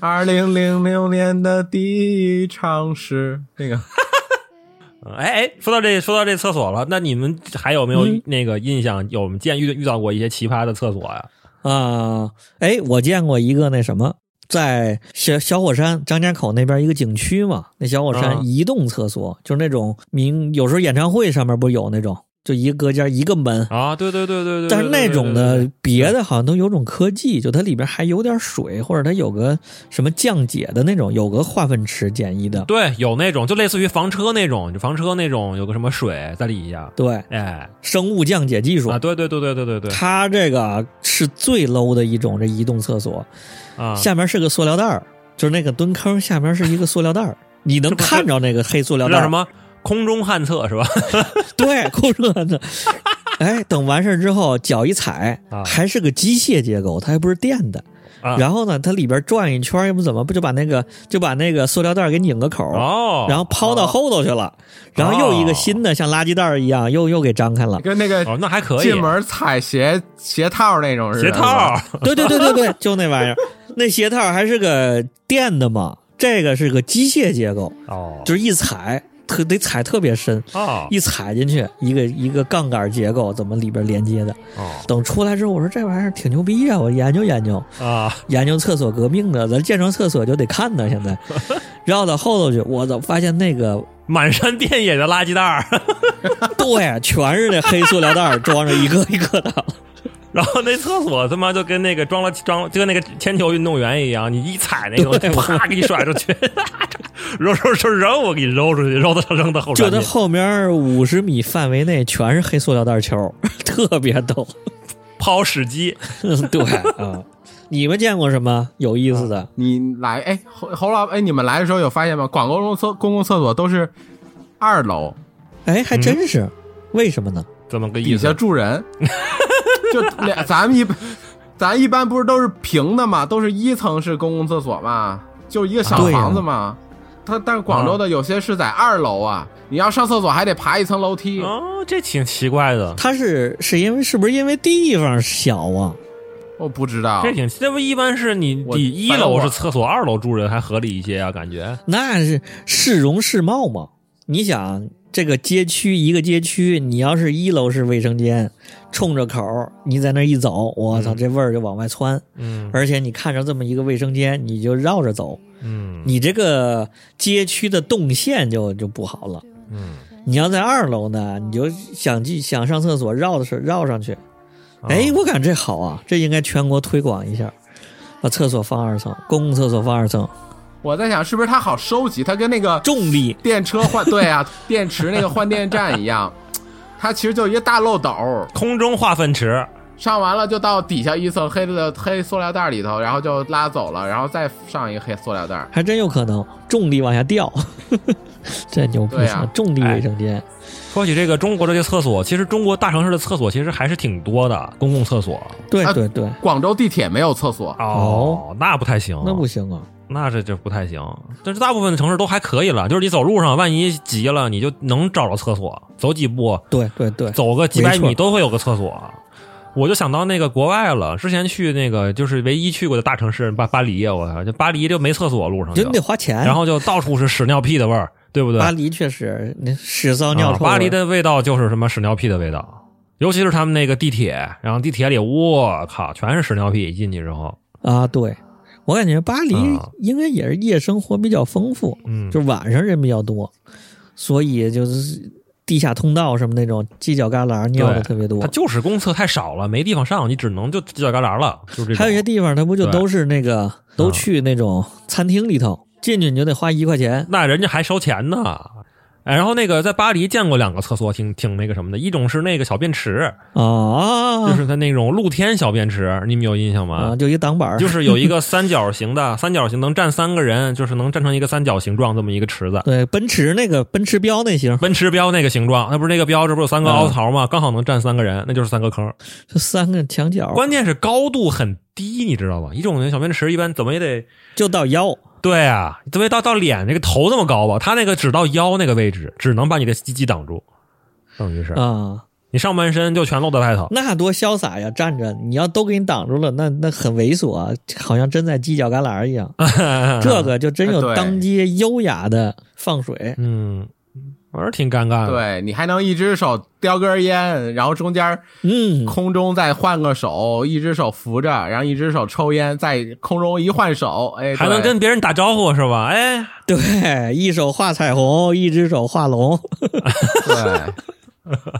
[SPEAKER 2] 二零零六年的第一场是那个
[SPEAKER 4] 哎哎，说到这说到这厕所了，那你们还有没有
[SPEAKER 3] 嗯
[SPEAKER 4] 那个印象？有没见遇遇到过一些奇葩的厕所呀？
[SPEAKER 3] 啊，哎，我见过一个那什么，在小小火山张家口那边一个景区嘛，那小火
[SPEAKER 4] 啊
[SPEAKER 3] 山移动厕所，就是那种民有时候演唱会上面不是有那种，就一个隔间一个门，
[SPEAKER 4] 啊，对对对对对，
[SPEAKER 3] 但是那种
[SPEAKER 4] 对，对对
[SPEAKER 3] 的别的好像都有种科技，就它里边还有点水，或者它有个什么降解的那种，有个化粪池简易的，
[SPEAKER 4] 对，有那种就类似于房车那种，就房车那种有个什么水在里下，
[SPEAKER 3] 对，
[SPEAKER 4] 哎，
[SPEAKER 3] 生物降解技术
[SPEAKER 4] 啊，。对对对对对对对，
[SPEAKER 3] 它这个是最 low 的一种，这移动厕所，
[SPEAKER 4] 啊，
[SPEAKER 3] 下面是个塑料袋儿，就是那个蹲坑下面是一个塑料袋儿，你能
[SPEAKER 4] 这不是
[SPEAKER 3] 看着那个黑塑料袋
[SPEAKER 4] 叫
[SPEAKER 3] 儿 (laughs)
[SPEAKER 4] 什？么空中旱厕是吧？
[SPEAKER 3] 对，空中的。哎，等完事儿之后脚一踩
[SPEAKER 4] 啊，
[SPEAKER 3] 还是个机械结构，它还不是电的。
[SPEAKER 4] 啊
[SPEAKER 3] 然后呢，它里边转一圈，也不怎么不就把那个就把那个塑料袋给拧个口，
[SPEAKER 4] 哦，
[SPEAKER 3] 然后抛到后头去了，然后又一个新的像垃圾袋儿一样，又又给张开
[SPEAKER 4] (laughs)
[SPEAKER 3] 了。
[SPEAKER 2] 跟那个
[SPEAKER 4] 哦，那还可以，
[SPEAKER 2] 进门踩鞋鞋套那种似的，
[SPEAKER 4] 鞋套儿，
[SPEAKER 3] 对对对对对，就那玩意儿，那鞋套还是个电的嘛，这个是个机械结构，
[SPEAKER 4] 哦，
[SPEAKER 3] 就是一踩特得踩特别深，
[SPEAKER 4] 哦
[SPEAKER 3] 一踩进去一个一个杠杆结构怎么里边连接的。
[SPEAKER 4] 哦
[SPEAKER 3] 等出来之后，我说这玩意儿挺牛逼啊，我研究研究，
[SPEAKER 4] 啊，
[SPEAKER 3] 研究厕所革命的，咱建成厕所就得看呢。 (laughs) 现在绕到后头去，我怎么发现那 (laughs) 个
[SPEAKER 4] 满山遍野的垃圾袋儿，
[SPEAKER 3] 对，全是那黑塑料袋儿装着一个一个的。
[SPEAKER 4] 然后那厕所他妈就跟那个装了装，就跟那个铅球运动员一样，你一踩那个，
[SPEAKER 3] 对
[SPEAKER 4] 啪给你甩出去，揉揉揉揉，我给你揉出去，揉到扔到后
[SPEAKER 3] 就
[SPEAKER 4] 山
[SPEAKER 3] 它
[SPEAKER 4] 去，
[SPEAKER 3] 后面五十米范围内全是黑塑料袋球， (laughs) 特别逗。
[SPEAKER 4] 抛屎机，
[SPEAKER 3] (laughs) 对啊，你们见过什么有意思的？
[SPEAKER 2] 你来，哎，侯侯老，哎，你们来的时候有发现吗？广公厕公共厕所都是二楼
[SPEAKER 3] 哎，还真是，为什么呢？
[SPEAKER 4] 怎么个意
[SPEAKER 2] 底下
[SPEAKER 4] 思？
[SPEAKER 2] 住
[SPEAKER 4] (laughs)
[SPEAKER 2] 人，就俩咱们一咱一般不是都是平的嘛，都是一层是公共厕所嘛，就一个小
[SPEAKER 3] 对呀
[SPEAKER 2] 房子嘛。
[SPEAKER 4] 啊
[SPEAKER 2] 它但是广州的有些是在二楼啊，你要上厕所还得爬一层楼梯。
[SPEAKER 4] 哦，这挺奇怪的，
[SPEAKER 3] 它是是因为是不是因为地方小啊？
[SPEAKER 2] 我不知道
[SPEAKER 4] 这，挺这不一般是你
[SPEAKER 2] 啊我
[SPEAKER 4] 第一
[SPEAKER 2] 反正
[SPEAKER 4] 楼
[SPEAKER 2] 我
[SPEAKER 4] 是厕所，二楼住人还合理一些啊，感觉
[SPEAKER 3] 那是市容市貌嘛。你想，这个街区一个街区，你要是一楼是卫生间，冲着口儿，你在那一走，我操，
[SPEAKER 4] 嗯
[SPEAKER 3] 这味儿就往外窜。
[SPEAKER 4] 嗯
[SPEAKER 3] 而且你看着这么一个卫生间，你就绕着走，
[SPEAKER 4] 嗯
[SPEAKER 3] 你这个街区的动线就就不好了。
[SPEAKER 4] 嗯，
[SPEAKER 3] 你要在二楼呢，你就想去想上厕所绕的是绕上去。
[SPEAKER 4] 啊
[SPEAKER 3] 哎，我感觉这好啊，这应该全国推广一下，把厕所放二层，公共厕所放二层，
[SPEAKER 2] 我在想是不是它好收集，它跟那个
[SPEAKER 3] 重力
[SPEAKER 2] 电车换对啊，电池那个换电站一样，它其实就一个大漏斗，
[SPEAKER 4] 空中化粪池，
[SPEAKER 2] 上完了就到底下一层黑的黑塑料袋里头，然后就拉走了，然后再上一个黑塑料袋。
[SPEAKER 3] 还真有可能重力往下掉， (laughs) 这牛逼
[SPEAKER 2] 对
[SPEAKER 3] 了！
[SPEAKER 2] 啊
[SPEAKER 3] 重力
[SPEAKER 4] 哎
[SPEAKER 3] 卫生间，
[SPEAKER 4] 说起这个中国这些厕所，其实中国大城市的厕所其实还是挺多的，公共厕所。
[SPEAKER 3] 对
[SPEAKER 2] 啊
[SPEAKER 3] 对对，
[SPEAKER 4] 哦
[SPEAKER 2] 广州地铁没有厕
[SPEAKER 4] 啊
[SPEAKER 2] 所，
[SPEAKER 3] 哦，
[SPEAKER 4] 那不太行，
[SPEAKER 3] 那不行啊！
[SPEAKER 4] 那这这不太行。但是大部分的城市都还可以了，就是你走路上，万一急了，你就能找着厕所，走几步，
[SPEAKER 3] 对对对，
[SPEAKER 4] 走个几百
[SPEAKER 3] 没错
[SPEAKER 4] 米都会有个厕所。我就想到那个国外了，之前去那个就是唯一去过的大城市巴巴黎，啊我靠，就巴黎就没厕所，路上
[SPEAKER 3] 就
[SPEAKER 4] 就
[SPEAKER 3] 你得花钱。
[SPEAKER 4] 然后就到处是屎尿屁的味儿，对不对？
[SPEAKER 3] 巴黎确实那屎骚尿
[SPEAKER 4] 啊
[SPEAKER 3] 臭味儿、
[SPEAKER 4] 巴黎的味道就是什么屎尿屁的味道，尤其是他们那个地铁，然后地铁里，我靠，全是屎尿屁，一进去之后，
[SPEAKER 3] 啊，对我感觉巴黎
[SPEAKER 4] 啊
[SPEAKER 3] 应该也是夜生活比较丰富，
[SPEAKER 4] 嗯，
[SPEAKER 3] 就是晚上人比较多，所以就是地下通道什么那种犄角旮旯尿的
[SPEAKER 4] 对
[SPEAKER 3] 特别多
[SPEAKER 4] 它。就是公厕太少了，没地方上，你只能就犄角旮旯了，就这种。
[SPEAKER 3] 还有一些地方，它不就都是那个
[SPEAKER 4] 嗯
[SPEAKER 3] 都去那种餐厅里头，进去你就得花一块钱。
[SPEAKER 4] 那人家还收钱呢。哎，然后那个在巴黎见过两个厕所，挺挺那个什么的，一种是那个小便池，
[SPEAKER 3] 啊，
[SPEAKER 4] 就是它那种露天小便池，你们有印象吗
[SPEAKER 3] 啊，？就一挡板儿，
[SPEAKER 4] 就是有一个三角形的，三角形能站三个人，就是能站成一个三角形状这么一个池子。
[SPEAKER 3] 对奔驰那个奔驰标那型，
[SPEAKER 4] 奔驰标那个形状，那不是那个标，这不是有三个
[SPEAKER 2] 嗯
[SPEAKER 4] 凹槽吗？刚好能站三个人，那就是三个坑。
[SPEAKER 3] 就三个墙角，
[SPEAKER 4] 关键是高度很低，你知道吧？一种那小便池一般怎么也得
[SPEAKER 3] 就到腰。
[SPEAKER 4] 对啊，怎么也到到脸那个头那么高吧？他那个只到腰那个位置，只能把你的鸡鸡挡住，等于是
[SPEAKER 2] 嗯
[SPEAKER 3] 啊，
[SPEAKER 4] 你上半身就全露在外头。
[SPEAKER 3] 那多潇洒呀！站着，你要都给你挡住了，那那很猥琐啊，好像真在犄角旮旯一
[SPEAKER 4] (laughs)
[SPEAKER 3] 样。这个就真有
[SPEAKER 2] 对
[SPEAKER 3] 当街优雅的放水，
[SPEAKER 4] 嗯，反正挺尴尬的。
[SPEAKER 2] 对你还能一只手叼根烟，然后中间
[SPEAKER 3] 嗯，
[SPEAKER 2] 空中再换个手，一只手扶着，然后一只手抽烟，在空中一换手，哎，
[SPEAKER 4] 还能
[SPEAKER 2] 对
[SPEAKER 4] 跟别人打招呼是吧？哎，
[SPEAKER 3] 对，一手画彩虹，一只手画龙，
[SPEAKER 4] 哦
[SPEAKER 2] 对，
[SPEAKER 4] 还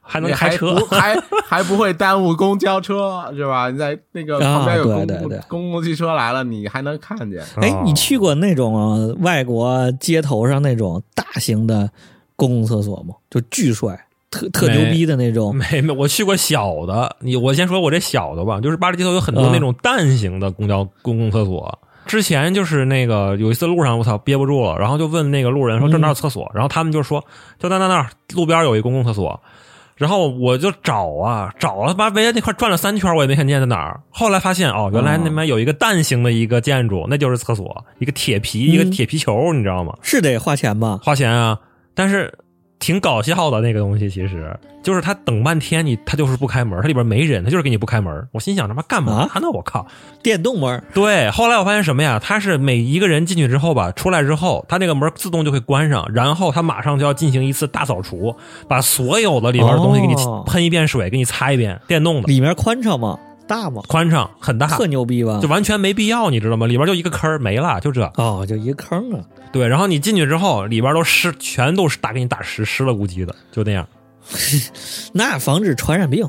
[SPEAKER 2] 还
[SPEAKER 4] 能开车
[SPEAKER 2] 不， (laughs) 还还不会耽误公交车是吧？你在那个旁边有
[SPEAKER 3] 啊对
[SPEAKER 2] 公
[SPEAKER 3] 对
[SPEAKER 2] 共、
[SPEAKER 3] 对
[SPEAKER 2] 公共汽车来了，你还能看见。
[SPEAKER 3] 哎
[SPEAKER 4] 哦，
[SPEAKER 3] 你去过那种呃外国街头上那种大型的公共厕所吗？就巨帅，特特牛
[SPEAKER 4] 没
[SPEAKER 3] 逼的那种。
[SPEAKER 4] 没没，我去过小的。你我先说我这小的吧，就是巴黎街头有很多那种蛋型的公交、公共厕所。之前就是那个有一次路上我操憋不住了，然后就问那个路人说这哪有厕所，然后他们就说就在那那儿路边有一公共厕所，然后我就找啊找啊，妈围着那块转了三圈，我也没看见在哪儿。后来发现哦，原来那边有一个蛋形的一个建筑，那就是厕所，一个铁皮一个铁皮球，你知道吗？
[SPEAKER 3] 是得花钱吧？
[SPEAKER 4] 花钱啊，但是挺搞笑的那个东西，其实就是他等半天你他就是不开门，他里边没人，他就是给你不开门。我心想他妈干嘛呢？我靠！
[SPEAKER 3] 电动门儿，
[SPEAKER 4] 对，后来我发现什么呀？他是每一个人进去之后吧，出来之后，他那个门自动就会关上，然后他马上就要进行一次大扫除，把所有的里边的东西给你
[SPEAKER 3] 哦
[SPEAKER 4] 喷一遍水，给你擦一遍，电动的，
[SPEAKER 3] 里面宽敞吗？大吗？
[SPEAKER 4] 宽敞很大，
[SPEAKER 3] 特牛逼吧
[SPEAKER 4] 就？完全没必要，你知道吗？里边就一个坑儿没了，就这。
[SPEAKER 3] 哦，就一坑啊！
[SPEAKER 4] 对，然后你进去之后，里边都湿，全都是打给你打湿，湿了咕叽的，就那样。
[SPEAKER 3] 那防止传染
[SPEAKER 4] (laughs)
[SPEAKER 3] 病，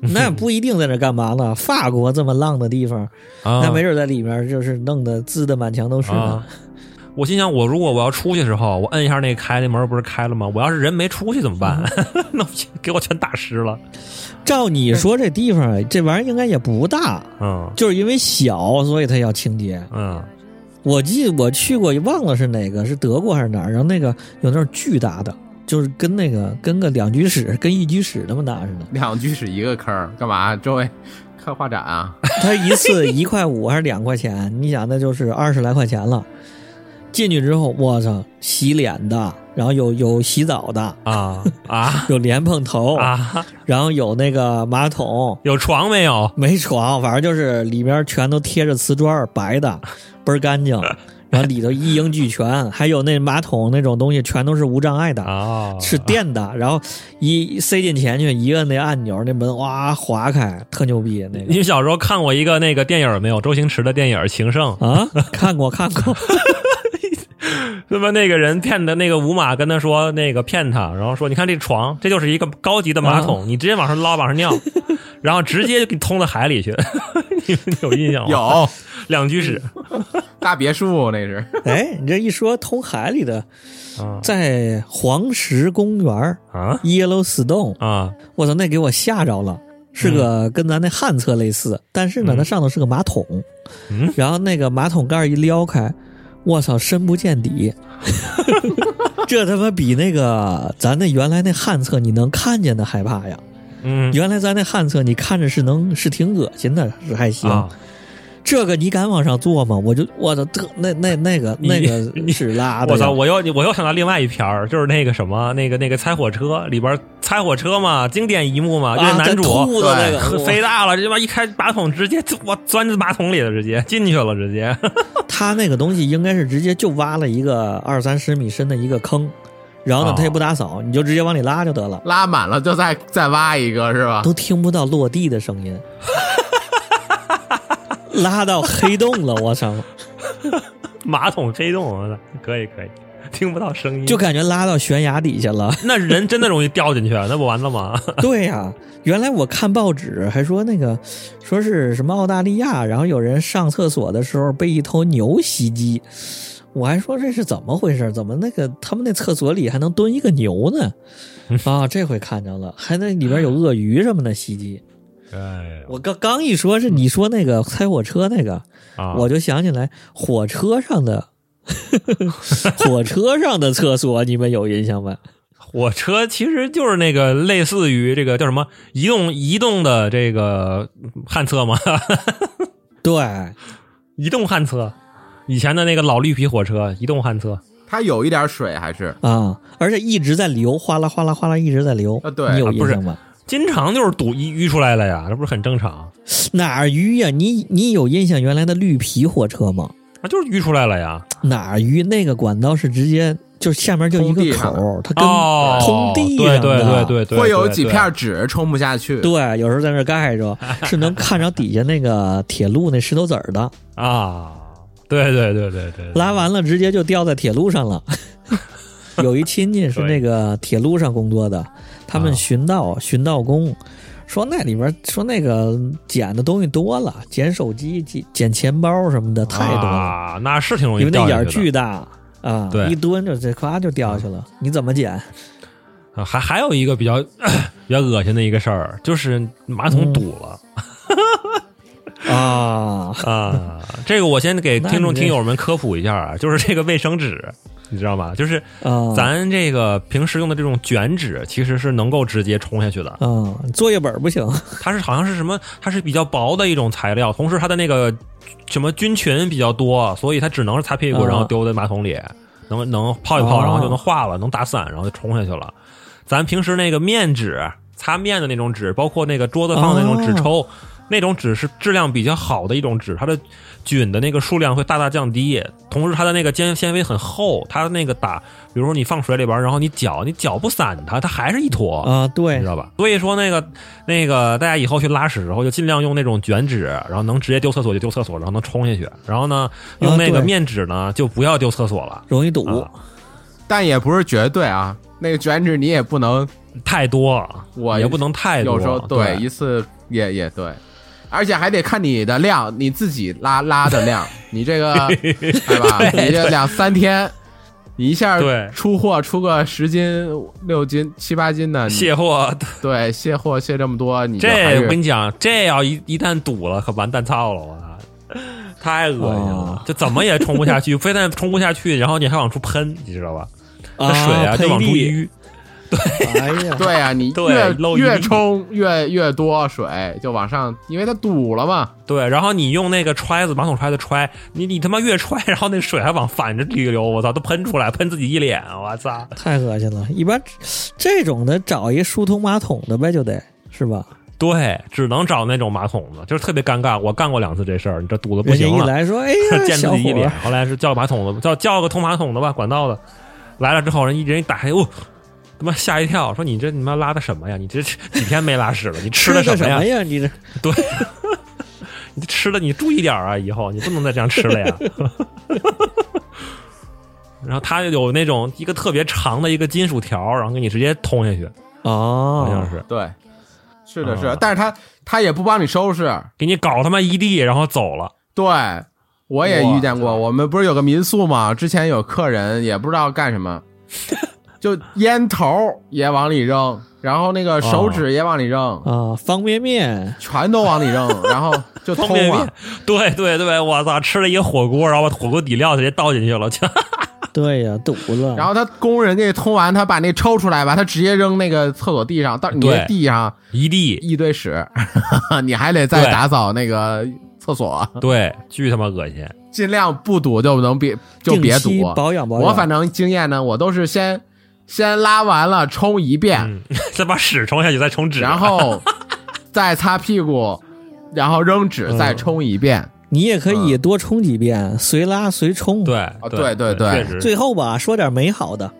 [SPEAKER 3] 那不一定在那干嘛呢？法国这么浪的地方，
[SPEAKER 4] 啊，
[SPEAKER 3] 那没准在里面就是弄得滋的满墙都是
[SPEAKER 4] 啊
[SPEAKER 3] 呢。。
[SPEAKER 4] 我心想，我如果我要出去的时候，我摁一下那个开，那门不是开了吗？我要是人没出去怎么办？
[SPEAKER 3] 嗯
[SPEAKER 4] (laughs) 那不就给我全打湿了。
[SPEAKER 3] 照你说这地方，这玩意儿应该也不大，
[SPEAKER 4] 嗯
[SPEAKER 3] 就是因为小，所以它要清洁。
[SPEAKER 4] 嗯
[SPEAKER 3] 我记得我去过，忘了是哪个，是德国还是哪儿？然后那个有那种巨大的，就是跟那个跟个两居室、跟一居室那么大似的。
[SPEAKER 2] 两居室一个坑儿，干嘛？ (laughs) 周围看画展啊？
[SPEAKER 3] 它一次一块五还是两块钱？你想，那就是二十来块钱了。进去之后，我操，洗脸的，然后有有洗澡的，
[SPEAKER 4] 啊啊
[SPEAKER 3] 有莲蓬头，
[SPEAKER 4] 啊！
[SPEAKER 3] 然后有那个马桶，
[SPEAKER 4] 有床没有？
[SPEAKER 3] 没床，反正就是里边全都贴着瓷砖，白的，倍儿干净。然后里头一应俱全，还有那马桶那种东西，全都是无障碍的，
[SPEAKER 4] 哦，
[SPEAKER 3] 是电的。然后一塞进钱去，一摁那按钮，那门哇划开，特牛逼那
[SPEAKER 4] 你
[SPEAKER 3] 个
[SPEAKER 4] 们小时候看过一个那个电影没有？周星驰的电影《情圣》，
[SPEAKER 3] 啊！看过看过，
[SPEAKER 4] 那么那个人骗的那个五马跟他说那个骗他，然后说你看这床，这就是一个高级的
[SPEAKER 3] 嗯
[SPEAKER 4] 马桶，你直接往上捞往
[SPEAKER 3] (laughs)
[SPEAKER 4] 上尿，然后直接就给你通到海里去。 (laughs) 你们有印象吗？
[SPEAKER 2] 有
[SPEAKER 4] 两居室
[SPEAKER 2] 大别墅那是，
[SPEAKER 4] (laughs)
[SPEAKER 3] 哎，你这一说通海里的，嗯
[SPEAKER 4] 啊
[SPEAKER 3] 在黄石公园
[SPEAKER 4] 啊
[SPEAKER 3] Yellowstone，
[SPEAKER 4] 啊
[SPEAKER 3] 我操，那给我吓着了。是个跟咱那旱厕类似，但是呢，
[SPEAKER 4] 嗯
[SPEAKER 3] 它上头是个马桶，
[SPEAKER 4] 嗯
[SPEAKER 3] 然后那个马桶盖一撩开，我操，深不见
[SPEAKER 4] (laughs)
[SPEAKER 3] 底。这他妈比那个咱那原来那旱厕你能看见的害怕呀！
[SPEAKER 4] 嗯
[SPEAKER 3] 原来咱那旱厕你看着是能是挺恶心的，是还行。
[SPEAKER 4] 啊，
[SPEAKER 3] 这个你敢往上坐吗？我就我操，特那那那个
[SPEAKER 4] 你
[SPEAKER 3] 那个
[SPEAKER 4] 你
[SPEAKER 3] 是拉的呀，
[SPEAKER 4] (laughs) 我操！我又我又想到另外一篇儿，就是那个什么，那个那个猜火车里边儿猜火车嘛，经典一幕嘛，就是
[SPEAKER 3] 啊
[SPEAKER 4] 男
[SPEAKER 3] 在
[SPEAKER 4] 主
[SPEAKER 3] 吐的那
[SPEAKER 2] 对
[SPEAKER 4] (laughs)
[SPEAKER 3] 个，
[SPEAKER 4] 喝
[SPEAKER 3] 我
[SPEAKER 4] 肥大了，这妈一开马桶直接就我钻进马桶里了，直接进去了，直接 (laughs)
[SPEAKER 3] 他那个东西应该是直接就挖了一个二三十米深的一个坑，然后呢
[SPEAKER 4] 哦
[SPEAKER 3] 他也不打扫，你就直接往里拉就得了，
[SPEAKER 2] 拉满了就再再挖一个
[SPEAKER 4] 啊
[SPEAKER 2] 是吧？
[SPEAKER 3] 都听不到落地的声
[SPEAKER 4] (laughs)
[SPEAKER 3] 音，拉到黑洞了，我
[SPEAKER 4] (laughs)
[SPEAKER 3] 操！
[SPEAKER 4] 马桶黑洞，我操，可以可以，听不到声音，
[SPEAKER 3] 就感觉拉到悬崖底下了。
[SPEAKER 4] 那人真的容易掉进去，啊那不完了吗？ (laughs)
[SPEAKER 3] 对呀、原来我看报纸还说那个说是什么澳大利亚，然后有人上厕所的时候被一头牛袭击，我还说这是怎么回事？怎么那个他们那厕所里还能蹲一个牛呢？啊，这回看着了，还那里边有鳄鱼什么的袭击。
[SPEAKER 4] 哎
[SPEAKER 3] 我刚刚一说是你说那个开火车那个，
[SPEAKER 4] 啊，
[SPEAKER 3] 我就想起来火车上的 (laughs) 火车上的厕所，你们有印象吗？
[SPEAKER 4] 火车其实就是那个类似于这个叫什么移动移动的这个旱厕嘛，
[SPEAKER 3] 对，
[SPEAKER 4] 移动旱厕，以前的那个老绿皮火车，移动旱厕。
[SPEAKER 2] 它有一点水还是？
[SPEAKER 3] 啊，而且一直在流，哗啦哗啦哗啦，一直在流。
[SPEAKER 2] 啊对
[SPEAKER 3] 你有
[SPEAKER 4] 啊不
[SPEAKER 3] 印
[SPEAKER 4] 是
[SPEAKER 3] 象吗？
[SPEAKER 4] 经常就是堵一淤出来了呀，这不是很正常？啊
[SPEAKER 3] 哪儿淤呀、你你有印象原来的绿皮火车吗？
[SPEAKER 4] 啊，就是淤出来了呀。
[SPEAKER 3] 哪儿淤？那个管道是直接就是下面就一
[SPEAKER 2] 通地
[SPEAKER 3] 个
[SPEAKER 2] 上
[SPEAKER 3] 口
[SPEAKER 2] 的
[SPEAKER 3] 儿，它跟、
[SPEAKER 4] 哦，
[SPEAKER 3] 通地
[SPEAKER 4] 对
[SPEAKER 3] 上
[SPEAKER 4] 对对
[SPEAKER 3] 的
[SPEAKER 4] 对对，
[SPEAKER 2] 会有
[SPEAKER 4] 对
[SPEAKER 2] 几片纸冲不下去，
[SPEAKER 3] 对，有时候在那儿盖着，是能看着底下那个铁路那石头子儿的，
[SPEAKER 4] 啊，对对对对对，对
[SPEAKER 3] 拉完了直接就掉在铁路上了。 (laughs) 有一亲戚是那个铁路上工作的，他们
[SPEAKER 4] 啊
[SPEAKER 3] 巡道巡道工，说那里边说那个捡的东西多了，捡手机、捡捡钱包什么的太多了，
[SPEAKER 4] 啊，那是挺容
[SPEAKER 3] 因
[SPEAKER 4] 易
[SPEAKER 3] 为那
[SPEAKER 4] 掉
[SPEAKER 3] 眼儿
[SPEAKER 4] 进去
[SPEAKER 3] 巨
[SPEAKER 4] 的。
[SPEAKER 3] 大啊，
[SPEAKER 4] 对
[SPEAKER 3] 一蹲就这咵就掉下去了，你怎么
[SPEAKER 4] (laughs)
[SPEAKER 3] 捡？
[SPEAKER 4] 啊还还有一个比较 (clears throat) 比较恶心的一个事儿，就是马桶堵了
[SPEAKER 3] 啊，
[SPEAKER 4] 啊。这个我先给
[SPEAKER 3] 那
[SPEAKER 4] 听众
[SPEAKER 3] 你这 (laughs)
[SPEAKER 4] 啊听友们科普一下啊，就是这个卫生纸，你知道吗？就是
[SPEAKER 3] 啊，
[SPEAKER 4] 咱这个平时用的这种卷纸，其实是能够直接冲下去的。
[SPEAKER 3] 啊，作业本儿不行，
[SPEAKER 4] 它是好像是什么，它是比较薄的一种材料，同时它的那个什么菌群比较多，所以它只能是擦屁股，
[SPEAKER 3] 啊
[SPEAKER 4] 然后丢在马桶里，能能泡一泡，
[SPEAKER 3] 哦
[SPEAKER 4] 然后就能化了，能打散，然后就冲下去了。咱平时那个面纸，擦面的那种纸，包括那个桌子放的那种纸抽，那种纸是质量比较好的一种纸，它的菌的那个数量会大大降低，同时它的那个纤纤维很厚，它那个打，比如说你放水里边，然后你搅，你搅不散它，它还是一坨
[SPEAKER 3] 啊，
[SPEAKER 4] 你
[SPEAKER 3] 对
[SPEAKER 4] 知，道吧？所以说那个那个，大家以后去拉屎的时候就尽量用那种卷纸，然后能直接丢厕所就丢厕所，然后能冲下去。然后呢，用那个
[SPEAKER 3] 对
[SPEAKER 4] 面纸呢，就不要丢厕所了。
[SPEAKER 3] 容易堵，
[SPEAKER 4] 啊
[SPEAKER 2] 但也不是绝对啊。那个卷纸你也不能，
[SPEAKER 4] 太多，
[SPEAKER 2] 我
[SPEAKER 4] 也不能太多。
[SPEAKER 2] 有时候
[SPEAKER 4] 对，
[SPEAKER 2] 一次也也对，而且还得看你的量，你自己拉拉的
[SPEAKER 4] (laughs)
[SPEAKER 2] 量，你这个对吧？你这两三天，你一下
[SPEAKER 4] 对
[SPEAKER 2] 出货出个十斤、六斤、七八斤的，你
[SPEAKER 4] 卸货。
[SPEAKER 2] 对卸货卸这么多，你就还
[SPEAKER 4] 这我跟
[SPEAKER 2] 是
[SPEAKER 4] 你讲，这要一一旦堵了，可完蛋操了，我操！太恶心了
[SPEAKER 3] 哦，
[SPEAKER 4] 就怎么也冲不下去，非但冲不下去，然后你还往出喷，你知道吧？那水啊就
[SPEAKER 3] 喷
[SPEAKER 4] 往出
[SPEAKER 3] 地，
[SPEAKER 4] 淤，
[SPEAKER 3] 哎
[SPEAKER 2] (laughs)
[SPEAKER 3] 呀，
[SPEAKER 2] 对啊，你
[SPEAKER 4] 对
[SPEAKER 2] 越
[SPEAKER 4] 漏一
[SPEAKER 2] 越
[SPEAKER 4] 地
[SPEAKER 2] 冲越越多水就往上，因为它堵了嘛。
[SPEAKER 4] 对，然后你用那个揣子马桶揣子揣，你你他妈越揣，然后那水还往反着地流，我操，都喷出来，喷自己一脸，我操！
[SPEAKER 3] 太恶心了。一般这种的找一疏通马桶的呗，就得是吧？
[SPEAKER 4] 对，只能找那种马桶的，就是特别尴尬。我干过两次这事儿，你这堵的呃不
[SPEAKER 3] 人家
[SPEAKER 4] 行
[SPEAKER 3] 一
[SPEAKER 4] 了，
[SPEAKER 3] 来说，哎
[SPEAKER 4] (laughs)
[SPEAKER 3] 呀，
[SPEAKER 4] 溅自
[SPEAKER 3] 小
[SPEAKER 4] 己一
[SPEAKER 3] 伙
[SPEAKER 4] 脸
[SPEAKER 3] 儿，。
[SPEAKER 4] 后来是叫马桶的，叫叫个通马桶的吧，管道的来了之后，人一人一打开，哦，他妈吓一跳，说你这你妈拉的什么呀？你这几天没拉屎了？你吃
[SPEAKER 3] 的
[SPEAKER 4] 的什
[SPEAKER 3] 么
[SPEAKER 4] 呀？
[SPEAKER 3] 呀？你这
[SPEAKER 4] 对，你吃的你注意点儿啊，以后你不能再这样吃
[SPEAKER 2] (laughs)
[SPEAKER 4] 了呀。然后他有那种一个特别长的一个金属条，然后给你直接通下去，好像
[SPEAKER 3] 哦，
[SPEAKER 4] 是
[SPEAKER 2] 对，是的，
[SPEAKER 4] 啊
[SPEAKER 2] 是的，但是他他也不帮你收拾。
[SPEAKER 4] 给你搞他妈一地，然后走了。
[SPEAKER 2] 对，我也遇见
[SPEAKER 4] 哇
[SPEAKER 2] 过。我们不是有个民宿吗？之前有客人也不知道干什么，就烟头也往里扔，然后那个手指也往里扔，
[SPEAKER 3] 啊，方便面
[SPEAKER 2] 全都往里扔，然后就
[SPEAKER 4] 方
[SPEAKER 2] 通啊
[SPEAKER 4] 便面
[SPEAKER 2] 了。，
[SPEAKER 4] 对对对，我操，吃了一个火锅，然后把火锅底料直接倒进去了， (laughs) 就
[SPEAKER 3] 对呀，堵了。
[SPEAKER 2] 然后他工人给通完，他把那抽出来吧，他直接扔那个厕所地上，但你那
[SPEAKER 4] 对
[SPEAKER 2] 地上
[SPEAKER 4] 一地，
[SPEAKER 2] 一堆屎，你还得再
[SPEAKER 4] 对
[SPEAKER 2] 打扫那个厕所，
[SPEAKER 4] 对，巨他妈恶心。
[SPEAKER 2] 尽量不堵就能别就
[SPEAKER 3] 定
[SPEAKER 2] 别堵
[SPEAKER 3] 期。
[SPEAKER 2] 啊
[SPEAKER 3] 保养保养。
[SPEAKER 2] 我反正经验呢，我都是先先拉完了冲一遍，
[SPEAKER 4] 嗯， (laughs) 再把屎冲下去，再冲纸，
[SPEAKER 2] 然后再擦屁股，然后扔
[SPEAKER 3] 嗯
[SPEAKER 2] 纸再冲一遍。
[SPEAKER 3] 你也可以多冲几遍，随拉随冲。
[SPEAKER 4] 对
[SPEAKER 2] 哦对对
[SPEAKER 4] 对
[SPEAKER 2] 对
[SPEAKER 4] 确实
[SPEAKER 3] 最后吧，说点美好的，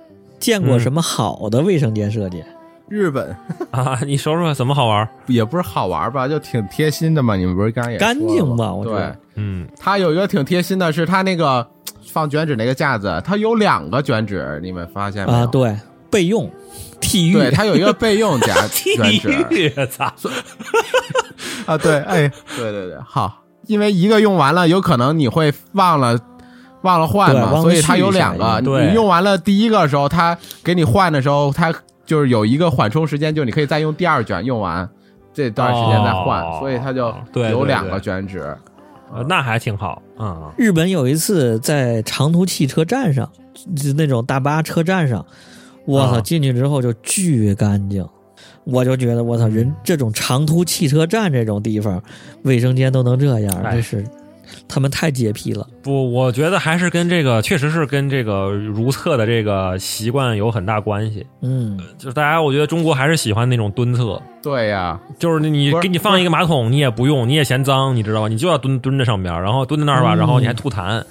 [SPEAKER 3] 见过什么好的卫生间设计？
[SPEAKER 2] 日本
[SPEAKER 4] 啊，你说说怎么好玩儿？
[SPEAKER 2] (laughs) 也不是好玩吧，就挺贴心的嘛。你们不是刚刚也说了吗
[SPEAKER 3] 干净吧我觉
[SPEAKER 2] 对
[SPEAKER 3] 得，
[SPEAKER 4] 嗯，
[SPEAKER 2] 它有一个挺贴心的是，它那个放卷纸那个架子，它有两个卷纸，你们发现没有？
[SPEAKER 3] 啊，对，备用，体育
[SPEAKER 2] 对，它有一个备用
[SPEAKER 3] (laughs)
[SPEAKER 2] 夹
[SPEAKER 4] 地
[SPEAKER 2] 卷纸
[SPEAKER 4] (laughs) 狱，操！
[SPEAKER 2] (laughs) 啊。对，哎，对对对，好，因为一个用完了，有可能你会忘了。忘了换
[SPEAKER 3] 对忘
[SPEAKER 2] 嘛，
[SPEAKER 3] 了
[SPEAKER 2] 所以它有
[SPEAKER 3] 续一下
[SPEAKER 2] 两个。
[SPEAKER 4] 对
[SPEAKER 2] 你用完了第一个的时候，它给你换的时候，它就是有一个缓冲时间，就你可以再用第二卷用完这段时间再换，
[SPEAKER 4] 哦
[SPEAKER 2] 所以它就
[SPEAKER 4] 对
[SPEAKER 2] 有
[SPEAKER 4] 对
[SPEAKER 2] 两
[SPEAKER 4] 对
[SPEAKER 2] 个卷纸。
[SPEAKER 4] 呃那还挺好，嗯，
[SPEAKER 3] 日本有一次在长途汽车站上，就那种大巴车站上，我操，
[SPEAKER 4] 啊
[SPEAKER 3] 进去之后就巨干净，我就觉得
[SPEAKER 4] 嗯
[SPEAKER 3] 我操，人这种长途汽车站这种地方，卫生间都能这样，
[SPEAKER 4] 哎
[SPEAKER 3] 这是他们太洁癖了。
[SPEAKER 4] 不，我觉得还是跟这个，确实是跟这个如厕的这个习惯有很大关系。
[SPEAKER 3] 嗯， (laughs)
[SPEAKER 4] 就是大家，我觉得中国还是喜欢那种蹲厕，
[SPEAKER 2] 对呀、
[SPEAKER 4] 就是你
[SPEAKER 2] 不是
[SPEAKER 4] 给你放一个马桶，你也不用，你也嫌脏，你知道吧？你就要蹲蹲在上边儿，然后蹲在那儿吧，
[SPEAKER 3] 嗯
[SPEAKER 4] 然后你还吐痰，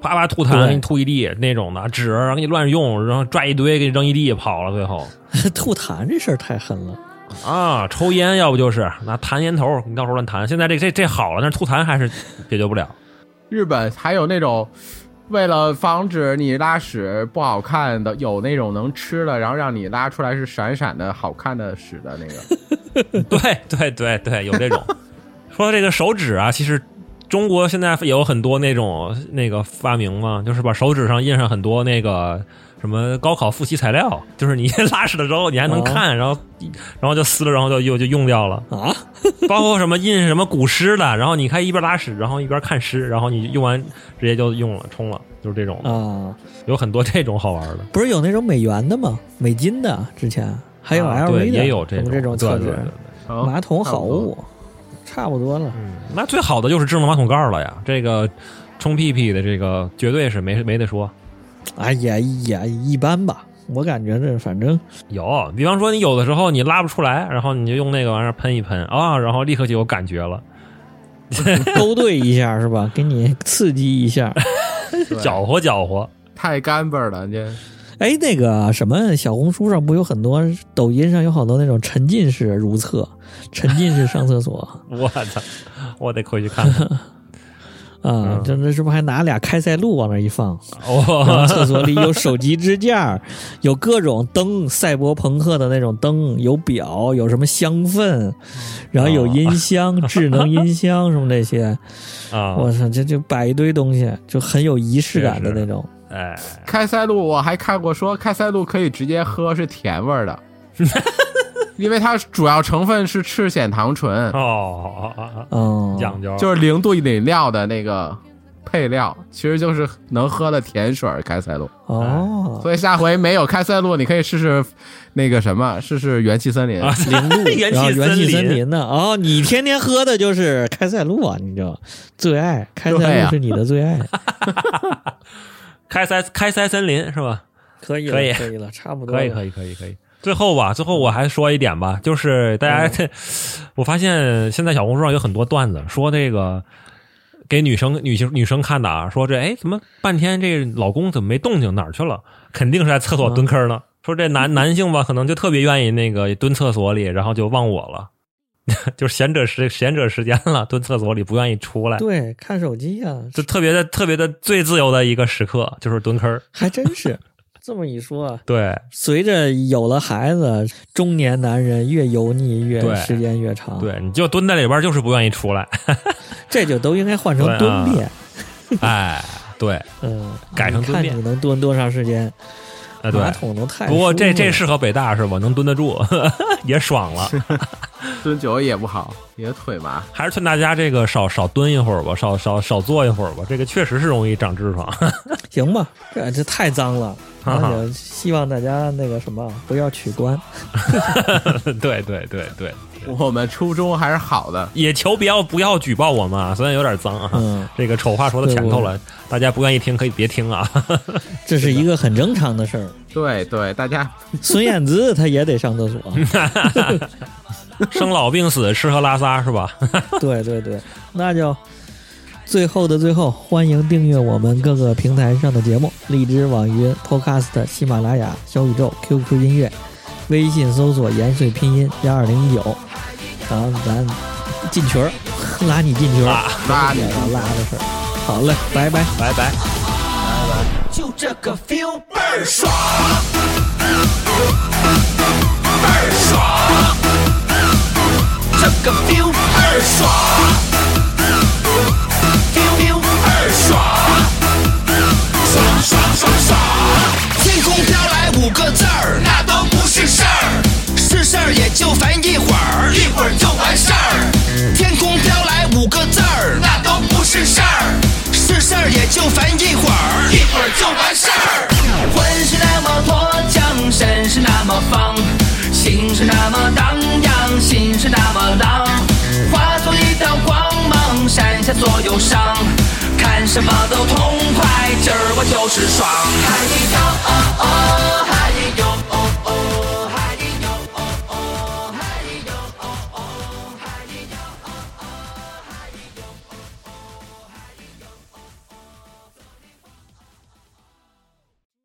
[SPEAKER 4] 啪啪吐痰，
[SPEAKER 3] 对
[SPEAKER 4] 给你吐一地那种的纸，然后给你乱用，然后抓一堆给你扔一地，跑了最后
[SPEAKER 3] 吐痰这事儿太狠了。
[SPEAKER 4] 啊，抽烟要不就是拿弹烟头，你到时候乱弹。现在这这这好了，但是吐痰还是解决不了。
[SPEAKER 2] 日本还有那种为了防止你拉屎不好看的，有那种能吃的，然后让你拉出来是闪闪的好看的屎的那个。
[SPEAKER 4] (laughs) 对对对对，有这种。说到这个手指啊，其实中国现在也有很多那种那个发明嘛，就是把手指上印上很多那个什么高考复习材 (laughs)
[SPEAKER 3] 哦
[SPEAKER 4] 料，就是你拉屎的时候你还能看，然后然后就撕了，然后就又就用掉了。
[SPEAKER 3] 啊，
[SPEAKER 4] 包括什么印什么古诗的，然后你看一边拉屎，然后一边看诗，然后你用完直接就用了冲了，就是这种，
[SPEAKER 3] 啊，
[SPEAKER 4] 有很多这种好玩的。
[SPEAKER 3] 不是有那种美元的吗？美金的，之前还有
[SPEAKER 4] 啊
[SPEAKER 3] LV 的，
[SPEAKER 4] 对也有
[SPEAKER 3] 什么这
[SPEAKER 4] 种对
[SPEAKER 3] 厕纸
[SPEAKER 4] 对对对，嗯
[SPEAKER 2] 好
[SPEAKER 3] 马桶
[SPEAKER 2] 哦差
[SPEAKER 3] 好
[SPEAKER 2] 不多
[SPEAKER 3] 物，差不多了。
[SPEAKER 4] 那最好的就是智能马桶盖了呀，这个冲屁屁的这个绝对是没没得说。
[SPEAKER 3] 哎呀呀，一般吧，我感觉这反正
[SPEAKER 4] 有，比方说你有的时候你拉不出来，然后你就用那个玩意儿喷一喷啊、然后立刻就有感觉了，
[SPEAKER 3] 勾兑一下是
[SPEAKER 2] (laughs)
[SPEAKER 3] 吧？给你刺激一下。
[SPEAKER 2] 对
[SPEAKER 4] 搅和搅和。 (laughs)
[SPEAKER 2] 太干巴了，这
[SPEAKER 3] 哎，那个什么，小红书上不有很多，抖音上有好多那种沉浸式如厕、沉浸式上厕所
[SPEAKER 2] (laughs)
[SPEAKER 4] 我操，我得回去看看。
[SPEAKER 2] 嗯
[SPEAKER 3] 啊，这、那是不是还拿俩开塞露往那一
[SPEAKER 2] (laughs)
[SPEAKER 3] 放？然后
[SPEAKER 4] 哦，
[SPEAKER 3] 厕所里有手机支架，有各种灯，赛博朋克的那种灯，有表，有什么香
[SPEAKER 2] 嗯
[SPEAKER 3] 氛，然后有音箱、智能音箱什么这些。
[SPEAKER 2] (laughs)
[SPEAKER 4] 啊，
[SPEAKER 2] 哦
[SPEAKER 3] 我操，这就摆一堆东西，就很有仪式感的
[SPEAKER 4] 是是
[SPEAKER 3] 那种。
[SPEAKER 4] 哎，
[SPEAKER 2] 开塞露我还看过说开塞露可以直接喝，是甜味儿的，因为它主要成分是赤藓糖醇，
[SPEAKER 4] 哦，哦
[SPEAKER 3] 嗯，
[SPEAKER 4] 讲究，
[SPEAKER 2] 就是零度饮料的那个配料，其实就是能喝的甜水儿开塞露。
[SPEAKER 3] 哦，
[SPEAKER 2] 哎所以下回没有开塞露，你可以试试那个什么，试试元气森林。
[SPEAKER 4] 啊
[SPEAKER 3] 零度，
[SPEAKER 4] (laughs) 元
[SPEAKER 3] 然后
[SPEAKER 4] 气
[SPEAKER 3] 啊元气森
[SPEAKER 4] 森林
[SPEAKER 3] 林呢？哦，你天天喝的就是开塞露啊，你就最爱开
[SPEAKER 2] 对
[SPEAKER 3] 塞露
[SPEAKER 2] 呀
[SPEAKER 3] 是你的最爱，
[SPEAKER 4] 开塞开塞森林是吧？
[SPEAKER 3] (laughs) 可以
[SPEAKER 4] 可以
[SPEAKER 3] 了，可以了，差不多，
[SPEAKER 4] 可以，可
[SPEAKER 3] 以，
[SPEAKER 4] 以，可以，可以。最后吧，最后我还说一点吧，就是大家， (laughs) 我发现现在小红书上有很多段子说这个给女生、女性、女生看的啊，说这哎怎么半天这老公怎么没动静，哪儿去了？肯定是在厕所蹲坑呢。说这男男性吧，可能就特别愿意那个蹲厕所里，然后就忘我了， (laughs) 就是闲者时闲者时间了，蹲厕所里不愿意出来，
[SPEAKER 3] 对，看手机啊呀、
[SPEAKER 4] 就特别的特别的最自由的一个时刻就是蹲坑儿。
[SPEAKER 3] 还真 (laughs) 是。这么一说啊，
[SPEAKER 4] 对，
[SPEAKER 3] 随着有了孩子，中年男人越油腻，越
[SPEAKER 4] 对
[SPEAKER 3] 时间越长，，
[SPEAKER 4] 对，你就蹲在里边儿，就是不愿意出来。
[SPEAKER 3] 这就都应该换成
[SPEAKER 4] 对啊
[SPEAKER 3] 蹲便，
[SPEAKER 4] 哎，对。
[SPEAKER 3] 嗯，
[SPEAKER 4] 改成
[SPEAKER 3] 你
[SPEAKER 4] 蹲便
[SPEAKER 3] 看你能蹲多长时间，
[SPEAKER 4] 啊，对
[SPEAKER 3] 马。桶能太舒服了。
[SPEAKER 4] 不过这这适合北大是吧？能蹲得住， (laughs) 也爽了。
[SPEAKER 2] 蹲久了也不好，也腿麻。
[SPEAKER 4] 还是劝大家这个少少蹲一会儿吧，少少少坐一会儿吧。这个确实是容易长痔疮。 (laughs)
[SPEAKER 3] 行吧，这这太脏了，
[SPEAKER 4] 哈
[SPEAKER 3] 而
[SPEAKER 4] 哈
[SPEAKER 3] 且希望大家那个什么不要取关。
[SPEAKER 4] 对对对对，
[SPEAKER 2] 我们初衷还是好的，
[SPEAKER 4] 也求不要不要举报我们啊，虽然有点脏啊。
[SPEAKER 3] 嗯，
[SPEAKER 4] 这个丑话说到前头了，大家不愿意听可以别听啊。 (laughs)
[SPEAKER 3] 这是一个很正常的事儿。
[SPEAKER 2] 对对，大家
[SPEAKER 3] 孙燕姿她也得上厕所，
[SPEAKER 4] 生老病死，吃喝拉撒是吧？
[SPEAKER 3] 对对对，那就。最后的最后，欢迎订阅我们各个平台上的节目：荔枝、网易云、Podcast、喜马拉雅、小宇宙、QQ 音乐，微信搜索“延岁拼音加二零一九”，然后咱进群儿，拉你进群儿，
[SPEAKER 2] 拉你。
[SPEAKER 3] 拉的事儿。好嘞，拜拜。
[SPEAKER 4] 拜拜。
[SPEAKER 5] 就这个 feel 倍儿爽，倍儿爽，这个 feel 倍儿爽，feel feel 倍儿爽，爽爽爽爽。天空飘来五个字儿，那都不是事儿，是事儿也就烦一会儿，一会儿就完事儿。天空飘来五个字儿，那都不是事儿。是事儿也就烦一会儿，一会儿就完事儿。魂是那么脱缰，身是那么放，心是那么荡漾，心是那么浪，化作一道光芒，闪下所有伤。看什么都痛快，今儿我就是爽。嗨一跳哦哦嗨